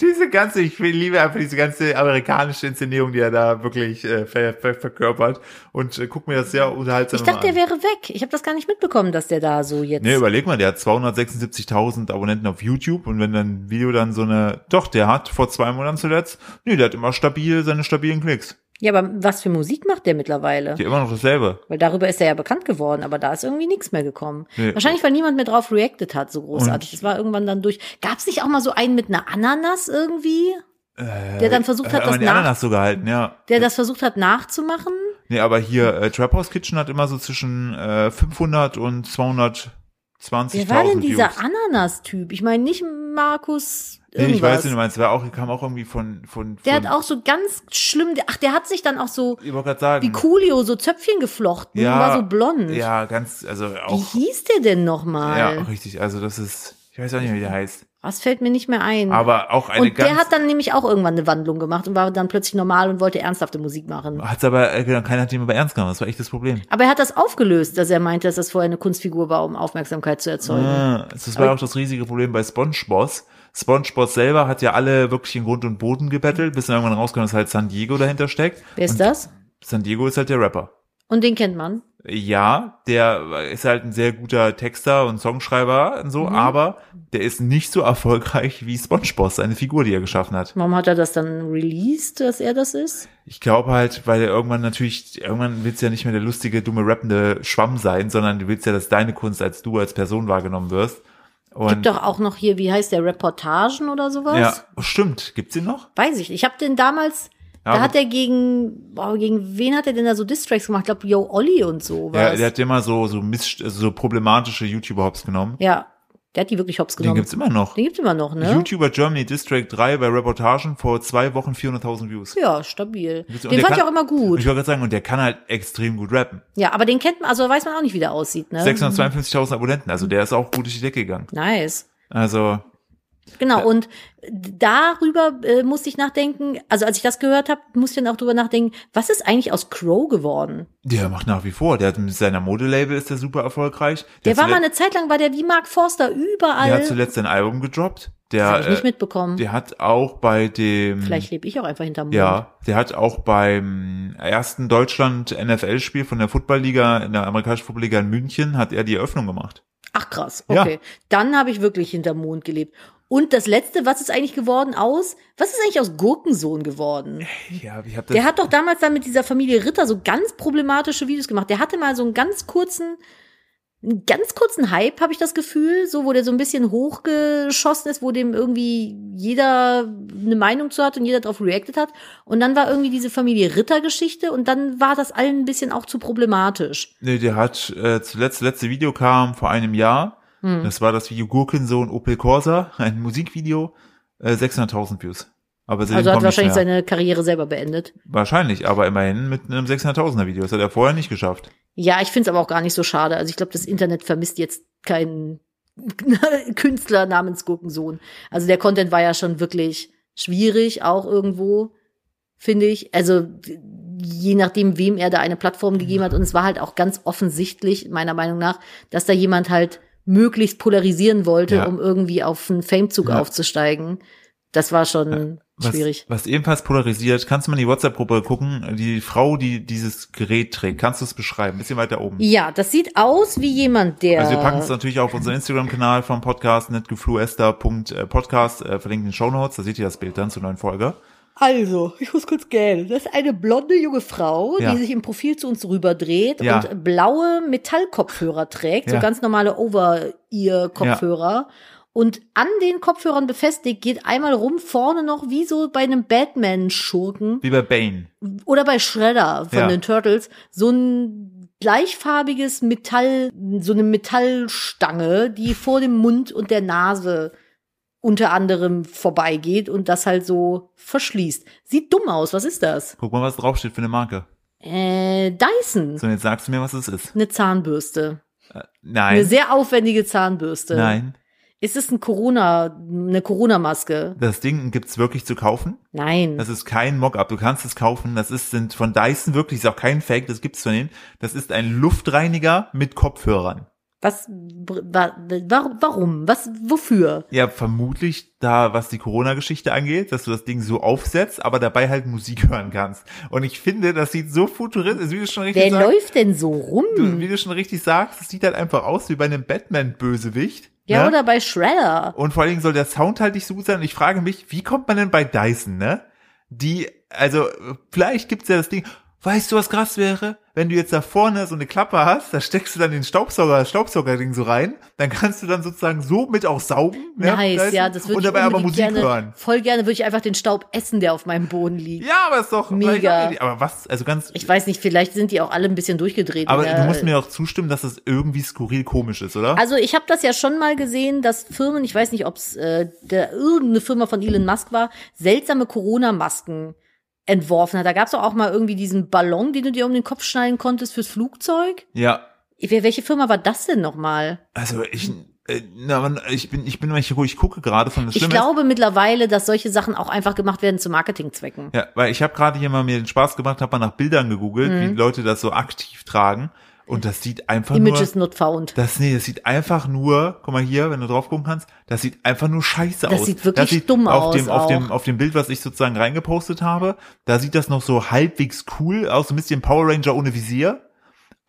S1: diese ganze, ich will- liebe einfach diese ganze amerikanische Inszenierung, die er da wirklich äh, ver, ver, verkörpert und äh, guck mir das sehr unterhaltsam
S2: Ich dachte,
S1: immer
S2: der
S1: an.
S2: wäre weg. Ich habe das gar nicht mitbekommen, dass der da so jetzt.
S1: Nee, überleg mal, der hat 276.000 Abonnenten auf YouTube und wenn dann ein Video dann so eine, doch, der hat vor zwei Monaten zuletzt, nee, der hat immer stabil seine stabilen Klicks.
S2: ja, aber was für Musik macht der mittlerweile?
S1: Die immer noch dasselbe.
S2: Weil darüber ist er ja bekannt geworden, aber da ist irgendwie nichts mehr gekommen.
S1: Nee.
S2: Wahrscheinlich, weil niemand mehr drauf reacted hat, so großartig. Das war irgendwann dann durch. Gab's nicht auch mal so einen mit einer Ananas irgendwie? der dann versucht hat,
S1: Äh, aber
S2: das
S1: die
S2: nach,
S1: Ananas so gehalten, ja.
S2: der das versucht hat nachzumachen?
S1: Nee, aber hier, äh, Trap House Kitchen hat immer so zwischen äh, 500 und 220.000
S2: Wer war denn dieser
S1: Views.
S2: Ananas-Typ? Ich meine, nicht Markus.
S1: Nee,
S2: Irgendwas.
S1: ich weiß nicht, du meinst, war auch, kam auch irgendwie von, von, von
S2: Der hat auch so ganz schlimm, ach, der hat sich dann auch so
S1: ich wollte gerade sagen,
S2: wie Coolio so Zöpfchen geflochten
S1: Hm. ja,
S2: und war so blond.
S1: Ja, ganz, also
S2: Wie
S1: auch,
S2: hieß der denn
S1: ja,
S2: nochmal?
S1: richtig, also das ist, ich weiß auch nicht, wie der heißt,
S2: Was fällt mir nicht mehr ein.
S1: aber auch eine
S2: und
S1: ganz,
S2: der hat dann nämlich auch irgendwann eine Wandlung gemacht und war dann plötzlich normal und wollte ernsthafte Musik machen.
S1: hat's aber, äh, genau, keiner hat ihn aber ernst genommen, das war echt das Problem.
S2: Aber er hat das aufgelöst, dass er meinte, dass das vorher eine Kunstfigur war, um Aufmerksamkeit zu erzeugen.
S1: Ah, Das war ja auch das riesige Problem bei SpongeBob. SpongeBob selber hat ja alle wirklich in Grund und Boden gebettelt, bis dann irgendwann rauskam, dass halt San Diego dahinter steckt.
S2: Wer ist
S1: und
S2: das?
S1: San Diego ist halt der Rapper.
S2: Und den kennt man.
S1: Ja, der ist halt ein sehr guter Texter und Songschreiber und so,
S2: Mhm.
S1: aber der ist nicht so erfolgreich wie SpongeBob, seine Figur, die er geschaffen hat.
S2: Warum hat er das dann released, dass er das ist?
S1: Ich glaube halt, weil er irgendwann natürlich, irgendwann willst du ja nicht mehr der lustige, dumme, rappende Schwamm sein, sondern du willst ja, dass deine Kunst als du, als Person wahrgenommen wirst. Und
S2: Gibt doch auch noch hier, wie heißt der, Reportagen oder sowas?
S1: ja, oh, stimmt. Gibt's ihn noch?
S2: Weiß ich. nicht. Ich habe den damals,
S1: Ja,
S2: da
S1: aber-
S2: hat er gegen, boah, gegen wen hat er denn da so Distracks gemacht? Ich glaube, Yo Olli und so.
S1: Ja,
S2: war's.
S1: der hat immer so, so, miss, also so problematische YouTuber hops genommen.
S2: ja, der hat die wirklich hops
S1: Den
S2: genommen.
S1: gibt's immer noch.
S2: Den gibt's immer noch, ne?
S1: YouTuber Germany District 3 bei Reportagen vor zwei Wochen 400.000 Views.
S2: Ja, stabil.
S1: Und
S2: Den
S1: der
S2: fand ich
S1: kann-
S2: auch immer
S1: Ich
S2: gut.
S1: wollte gerade sagen, und der kann halt extrem gut rappen.
S2: Ja, aber den kennt man, also weiß man auch nicht, wie der aussieht, ne?
S1: 652.000 Abonnenten, also der ist auch gut durch die Decke gegangen.
S2: Nice.
S1: Also,
S2: Genau, und darüber äh, musste ich nachdenken, also als ich das gehört habe, musste ich dann auch drüber nachdenken, was ist eigentlich aus Crow geworden?
S1: der macht nach wie vor. Der hat mit seiner Modelabel ist der super erfolgreich.
S2: Der
S1: hat
S2: war mal
S1: zuletzt-
S2: eine Zeit lang, war der wie Mark Forster überall.
S1: Der hat zuletzt ein Album gedroppt. Der,
S2: das habe ich nicht
S1: äh,
S2: mitbekommen.
S1: der hat auch bei dem.
S2: Vielleicht lebe ich auch einfach hinterm Mond.
S1: Ja, der hat auch beim ersten Deutschland-NFL-Spiel von der Footballliga in der amerikanischen Footballliga in München hat er die Eröffnung gemacht.
S2: Ach krass,
S1: Ja.
S2: okay. Dann habe ich wirklich hinterm Mond gelebt. Und das letzte, was ist eigentlich geworden aus? Was ist eigentlich aus Gurkensohn geworden?
S1: Ja, ich hab das.
S2: Der hat doch damals dann mit dieser Familie Ritter so ganz problematische Videos gemacht. Der hatte mal so einen ganz kurzen, einen ganz kurzen Hype, habe ich das Gefühl, so wo der so ein bisschen hochgeschossen ist, wo dem irgendwie jeder eine Meinung zu hat und jeder drauf reacted hat. Und dann war irgendwie diese Familie Ritter-Geschichte und dann war das allen ein bisschen auch zu problematisch.
S1: nee, der hat äh, zuletzt, letzte Video kam vor einem Jahr.
S2: Mhm. Hm.
S1: Das war das Video Gurkensohn Opel Corsa, ein Musikvideo, äh, 600.000 Views. Aber seitdem
S2: Also hat
S1: kommt nichts
S2: wahrscheinlich
S1: mehr.
S2: seine Karriere selber beendet.
S1: Wahrscheinlich, aber immerhin mit einem 600.000er Video. Das hat er vorher nicht geschafft.
S2: Ja, ich finde es aber auch gar nicht so schade. Also ich glaube, das Internet vermisst jetzt keinen Künstler namens Gurkensohn. Also der Content war ja schon wirklich schwierig, auch irgendwo, finde ich. Also je nachdem, wem er da eine Plattform gegeben hat. Und es war halt auch ganz offensichtlich, meiner Meinung nach, dass da jemand halt möglichst polarisieren wollte,
S1: Ja.
S2: um irgendwie auf einen Famezug
S1: Ja.
S2: aufzusteigen. Das war schon
S1: Was,
S2: schwierig.
S1: was ebenfalls polarisiert, kannst du mal in die WhatsApp-Gruppe gucken, die Frau, die dieses Gerät trägt, kannst du es beschreiben? bisschen weiter oben.
S2: Ja, das sieht aus wie jemand, der.
S1: Also wir packen es natürlich auf unseren Instagram-Kanal vom Podcast, netgefluester.podcast, äh, verlinkt in den Show Notes, da seht ihr das Bild dann zur neuen Folge.
S2: Also, ich muss kurz gähnen. Das ist eine blonde junge Frau,
S1: Ja.
S2: die sich im Profil zu uns rüberdreht
S1: Ja.
S2: und blaue Metallkopfhörer trägt, so
S1: Ja.
S2: ganz normale Over-Ear-Kopfhörer. Und an den Kopfhörern befestigt geht einmal rum vorne noch wie so bei einem Batman-Schurken
S1: Wie bei Bane.
S2: oder bei Shredder von
S1: Ja.
S2: den Turtles so ein gleichfarbiges Metall, so eine Metallstange, die vor dem Mund und der Nase unter anderem vorbeigeht und das halt so verschließt. Sieht dumm aus, was ist das?
S1: Guck mal, was draufsteht für eine Marke.
S2: Äh, Dyson.
S1: So, und jetzt sagst du mir, was es ist.
S2: Eine Zahnbürste. Eine
S1: Nein,
S2: sehr aufwendige Zahnbürste.
S1: nein.
S2: Ist es ein Corona, eine Corona-Maske?
S1: Das Ding gibt's wirklich zu kaufen.
S2: Nein.
S1: Das ist kein Mockup. Du kannst es kaufen. Das ist, sind von Dyson wirklich, ist auch kein Fake, das gibt's von denen. Das ist ein Luftreiniger mit Kopfhörern.
S2: Was, wa, wa, warum? Was, wofür?
S1: Ja, vermutlich da, was die Corona-Geschichte angeht, dass du das Ding so aufsetzt, aber dabei halt Musik hören kannst. Und ich finde, das sieht so futuristisch, also wie du schon richtig
S2: Wer
S1: sagst.
S2: läuft denn so rum?
S1: Du, wie du schon richtig sagst, es sieht halt einfach aus wie bei einem Batman-Bösewicht.
S2: Ja,
S1: ne?
S2: oder bei Shredder.
S1: Und vor allen Dingen soll der Sound halt nicht so gut sein. Und ich frage mich, wie kommt man denn bei Dyson, ne? Die, also, vielleicht gibt's ja das Ding, Weißt du, was krass wäre? Wenn du jetzt da vorne so eine Klappe hast, da steckst du dann den Staubsauger, das Staubsaugerding so rein, dann kannst du dann sozusagen so mit auch saugen. ne?
S2: Nice,
S1: Weißt du?
S2: ja, das würde
S1: Und
S2: ich
S1: dabei aber
S2: unbedingt
S1: Musik
S2: gerne,
S1: hören.
S2: Voll gerne würde ich einfach den Staub essen, der auf meinem Boden liegt.
S1: Ja, aber ist doch
S2: Mega.
S1: Aber was, also ganz,
S2: Ich weiß nicht, vielleicht sind die auch alle ein bisschen durchgedreht.
S1: aber
S2: in
S1: du
S2: der-
S1: musst mir auch zustimmen, dass es irgendwie skurril komisch ist, oder?
S2: also ich habe das ja schon mal gesehen, dass Firmen, ich weiß nicht, ob es äh, der- irgendeine Firma von Elon Musk war, seltsame Corona-Masken entworfen hat. Da gab es auch mal irgendwie diesen Ballon, den du dir um den Kopf schneiden konntest fürs Flugzeug.
S1: ja.
S2: Wer- Welche Firma war das denn nochmal?
S1: Also ich, äh, na, aber ich bin, ich bin, ich, ich gucke gerade von das
S2: Ich
S1: Schlimme ist-
S2: glaube mittlerweile, dass solche Sachen auch einfach gemacht werden zu Marketingzwecken.
S1: Ja, weil ich habe gerade hier mal mir den Spaß gemacht, habe mal nach Bildern gegoogelt,
S2: Mhm.
S1: wie Leute das so aktiv tragen. Und das sieht einfach
S2: Images
S1: nur.
S2: not found.
S1: Das, nee, das sieht einfach nur, guck mal hier, wenn du drauf gucken kannst, das sieht einfach nur scheiße aus.
S2: Das sieht wirklich dumm
S1: auf Dem,
S2: aus
S1: auf, dem,
S2: auch.
S1: auf dem Bild, was ich sozusagen reingepostet habe, da sieht das noch so halbwegs cool aus, so ein bisschen Power Ranger ohne Visier.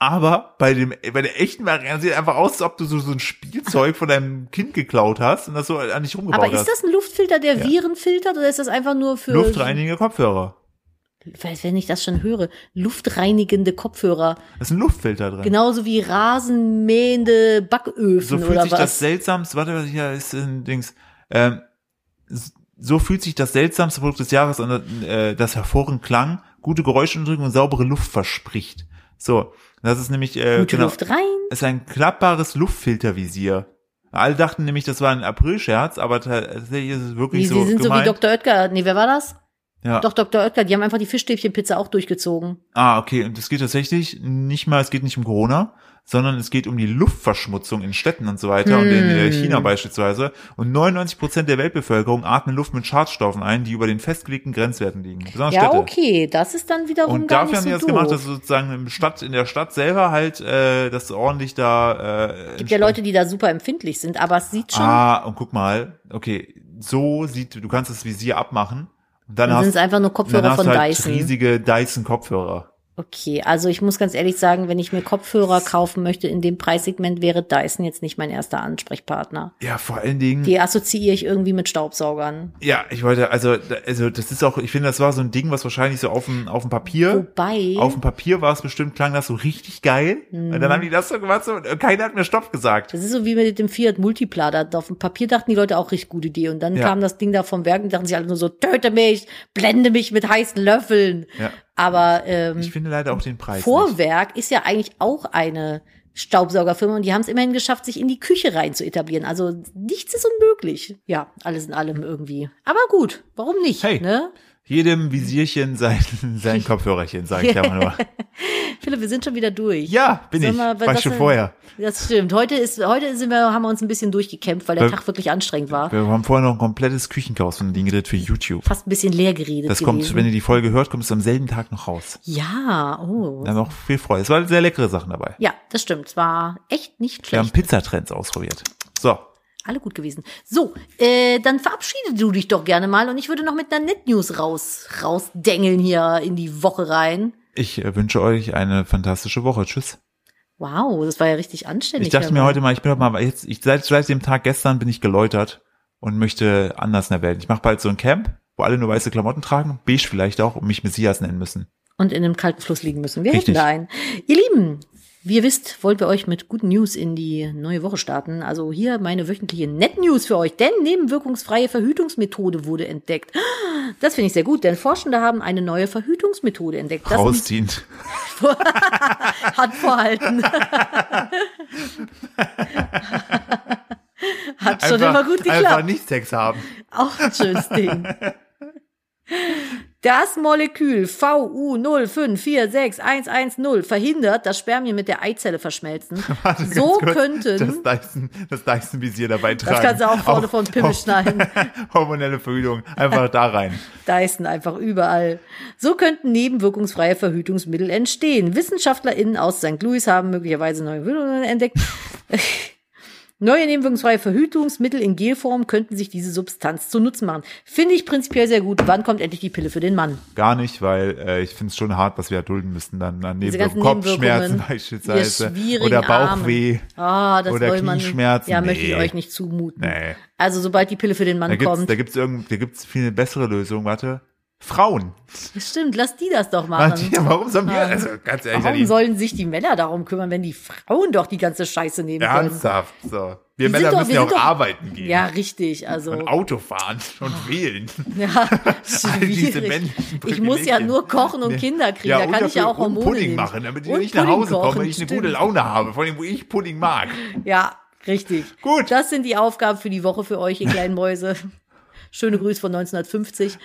S1: Aber bei dem, bei der echten Variante sieht einfach aus, als ob du so, so ein Spielzeug von deinem Kind geklaut hast und das so an dich rumgebaut
S2: Aber ist
S1: hast.
S2: das ein Luftfilter, der
S1: Ja.
S2: Viren filtert oder ist das einfach nur für
S1: Luftreinige Kopfhörer.
S2: Weiß, wenn ich das schon höre, luftreinigende Kopfhörer,
S1: Da ist ein Luftfilter drin.
S2: genauso wie rasenmähende
S1: so
S2: Backöfen
S1: fühlt
S2: oder
S1: sich das
S2: was?
S1: seltsamste, warte, warte, hier ist ein Dings, ähm, s- so fühlt sich das seltsamste Produkt des Jahres an, äh, das hervorragend Klang, gute Geräuschunterdrückung und saubere Luft verspricht. So, das ist nämlich, äh,
S2: Gute
S1: genau,
S2: Luft rein.
S1: ist ein klappbares Luftfiltervisier. Alle dachten nämlich, das war ein Aprilscherz, aber tatsächlich ist es wirklich
S2: Die,
S1: so
S2: die sind
S1: gemeint.
S2: so wie Dr. Oetker. Nee, wer war das?
S1: ja.
S2: Doch, Dr. Oetker, die haben einfach die Fischstäbchenpizza auch durchgezogen.
S1: Ah, okay, und es geht tatsächlich nicht mal, es geht nicht um Corona, sondern es geht um die Luftverschmutzung in Städten und so weiter und in äh, China
S2: Hm.
S1: beispielsweise. Und 99 Prozent der Weltbevölkerung atmen Luft mit Schadstoffen ein, die über den festgelegten Grenzwerten liegen. Besonders
S2: Ja,
S1: Städte.
S2: okay, das ist dann wiederum
S1: Und
S2: gar
S1: dafür
S2: nicht
S1: haben
S2: so
S1: die das
S2: doof.
S1: gemacht, dass sozusagen im Stadt, in der Stadt selber halt, äh, das ordentlich da. Äh,
S2: gibt ja Leute, die da super empfindlich sind, aber es sieht schon,
S1: Ah, und guck mal, okay, so sieht, du kannst das Visier abmachen. Und dann,
S2: dann sind
S1: hast,
S2: es einfach nur
S1: dann
S2: Kopfhörer
S1: hast
S2: von
S1: du halt
S2: Dyson.
S1: riesige Dyson-Kopfhörer.
S2: Okay, also ich muss ganz ehrlich sagen, wenn ich mir Kopfhörer kaufen möchte in dem Preissegment, wäre Dyson jetzt nicht mein erster Ansprechpartner.
S1: Ja, vor allen Dingen.
S2: Die assoziiere ich irgendwie mit Staubsaugern.
S1: Ja, ich wollte, also, also das ist auch, ich finde, das war so ein Ding, was wahrscheinlich so auf dem, auf dem Papier,
S2: Wobei,
S1: auf dem Papier war es bestimmt, klang das so richtig geil. Und dann haben die das so gemacht so, und keiner hat mir Stopp gesagt.
S2: Mhm. das ist so wie mit dem Fiat Multipla. Da auf dem Papier dachten die Leute auch richtig gute Idee. Und dann
S1: Ja.
S2: kam das Ding da vom Werk und dachten sich alle nur so, töte mich, blende mich mit heißen Löffeln.
S1: Ja.
S2: Aber ähm,
S1: Ich finde leider auch den Preis. nicht.
S2: Vorwerk ist ja eigentlich auch eine Staubsaugerfirma und die haben es immerhin geschafft, sich in die Küche rein zu etablieren. Also nichts ist unmöglich. Ja, alles in allem irgendwie. Aber gut, warum nicht?
S1: Hey.
S2: Ne?
S1: Jedem Visierchen sein, sein Kopfhörerchen, sage ich ja mal nur.
S2: Philipp, wir sind schon wieder durch.
S1: Ja, bin
S2: Sag
S1: ich.
S2: mal,
S1: war ich
S2: das-
S1: schon vorher.
S2: Das stimmt. Heute ist, heute sind wir, haben wir uns ein bisschen durchgekämpft, weil der
S1: Wir-
S2: Tag wirklich anstrengend war.
S1: Wir haben vorher noch ein komplettes Küchenchaos von Ding geredet für YouTube.
S2: Fast ein bisschen leer geredet.
S1: Das
S2: gewesen.
S1: kommt, wenn ihr die Folge hört, kommt es am selben Tag noch raus.
S2: ja, oh.
S1: Wir haben auch viel Freude. Es waren sehr leckere Sachen dabei.
S2: Ja, das stimmt. Es war echt nicht
S1: Wir haben
S2: schlecht.
S1: Pizzatrends ausprobiert. So.
S2: Alle gut gewesen. So, äh, dann verabschiede du dich doch gerne mal und ich würde noch mit einer Net News raus, rausdengeln hier in die Woche rein.
S1: Ich äh, wünsche euch eine fantastische Woche. Tschüss.
S2: Wow, das war ja richtig anständig.
S1: Ich dachte mir
S2: Hermann.
S1: heute mal, ich bin doch mal jetzt, ich seit, seit dem Tag gestern bin ich geläutert und möchte anders in der Welt. Ich mache bald so ein Camp, wo alle nur weiße Klamotten tragen, beige vielleicht auch und mich Messias nennen müssen.
S2: Und in einem kalten Fluss liegen müssen. Wir
S1: Richtig.
S2: hätten da einen. Ihr Lieben, wie ihr wisst, wollen wir euch mit guten News in die neue Woche starten. Also hier meine wöchentliche Net News für euch, denn nebenwirkungsfreie Verhütungsmethode wurde entdeckt. Das finde ich sehr gut, denn Forschende haben eine neue Verhütungsmethode entdeckt. Das uns
S1: Rausziehen.
S2: Handvorhalten. Hat schon immer gut
S1: Einfach
S2: geklappt.
S1: nicht Sex haben.
S2: Auch ein schönes Ding. Das Molekül VU0546110 verhindert, dass Spermien mit der Eizelle verschmelzen.
S1: Warte, ganz
S2: so
S1: kurz,
S2: könnten,
S1: Das Dyson, das Dyson-Visier dabei tragen.
S2: das kannst du auch vorne
S1: Auf-
S2: vom Pimmel
S1: auf-
S2: schneiden.
S1: Hormonelle Verhütung. Einfach da rein.
S2: Dyson einfach überall. So könnten nebenwirkungsfreie Verhütungsmittel entstehen. WissenschaftlerInnen aus St. Louis haben möglicherweise neue Wirkungen entdeckt. Neue nebenwirkungsfreie Verhütungsmittel in Gelform könnten sich diese Substanz zunutze machen. Finde ich prinzipiell sehr gut. Wann kommt endlich die Pille für den Mann?
S1: Gar nicht, weil äh, ich finde es schon hart, was wir erdulden müssen dann an
S2: Diese
S1: Nebenwirkungen.
S2: ganzen
S1: Kopfschmerzen
S2: Nebenwirkungen.
S1: beispielsweise
S2: Ihr schwierigen
S1: oder Bauchweh.
S2: Ah, das
S1: Oder
S2: soll man nicht.
S1: Knieschmerzen.
S2: Ja, möchte ich
S1: Nee.
S2: euch nicht zumuten.
S1: Nee.
S2: Also sobald die Pille für den Mann
S1: Da gibt's,
S2: kommt.
S1: da gibt's irgend, da gibt's viel eine bessere Lösung. Warte, Frauen.
S2: Stimmt, lass die das doch machen.
S1: Martina, warum sollen wir, also ganz ehrlich,
S2: Warum
S1: Nadine,
S2: sollen sich die Männer darum kümmern, wenn die Frauen doch die ganze Scheiße nehmen können?
S1: ernsthaft, so. Wir
S2: sind
S1: Männer
S2: doch-
S1: müssen
S2: wir
S1: ja auch
S2: sind doch-
S1: arbeiten gehen.
S2: Ja, richtig. Also
S1: Und Auto fahren und wählen.
S2: ja,
S1: All diese
S2: schwierig.
S1: Menschen-
S2: Ich muss ja
S1: Privilegien.
S2: nur kochen und Kinder kriegen. da
S1: und
S2: kann ich ja
S1: dafür-
S2: auch Hormone
S1: und Pudding
S2: nehmen.
S1: machen, damit ich
S2: Und
S1: nicht nach Hause
S2: Pudding kochen,
S1: komme, wenn ich eine gute
S2: stimmt.
S1: Laune habe, vor allem, wo ich Pudding mag.
S2: Ja, richtig.
S1: Gut.
S2: Das sind die Aufgaben für die Woche für euch, ihr kleinen Mäuse. Schöne Grüße von 1950.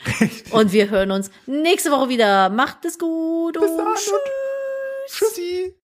S2: Und wir hören uns nächste Woche wieder. Macht es gut. Bis
S1: Tschüssi.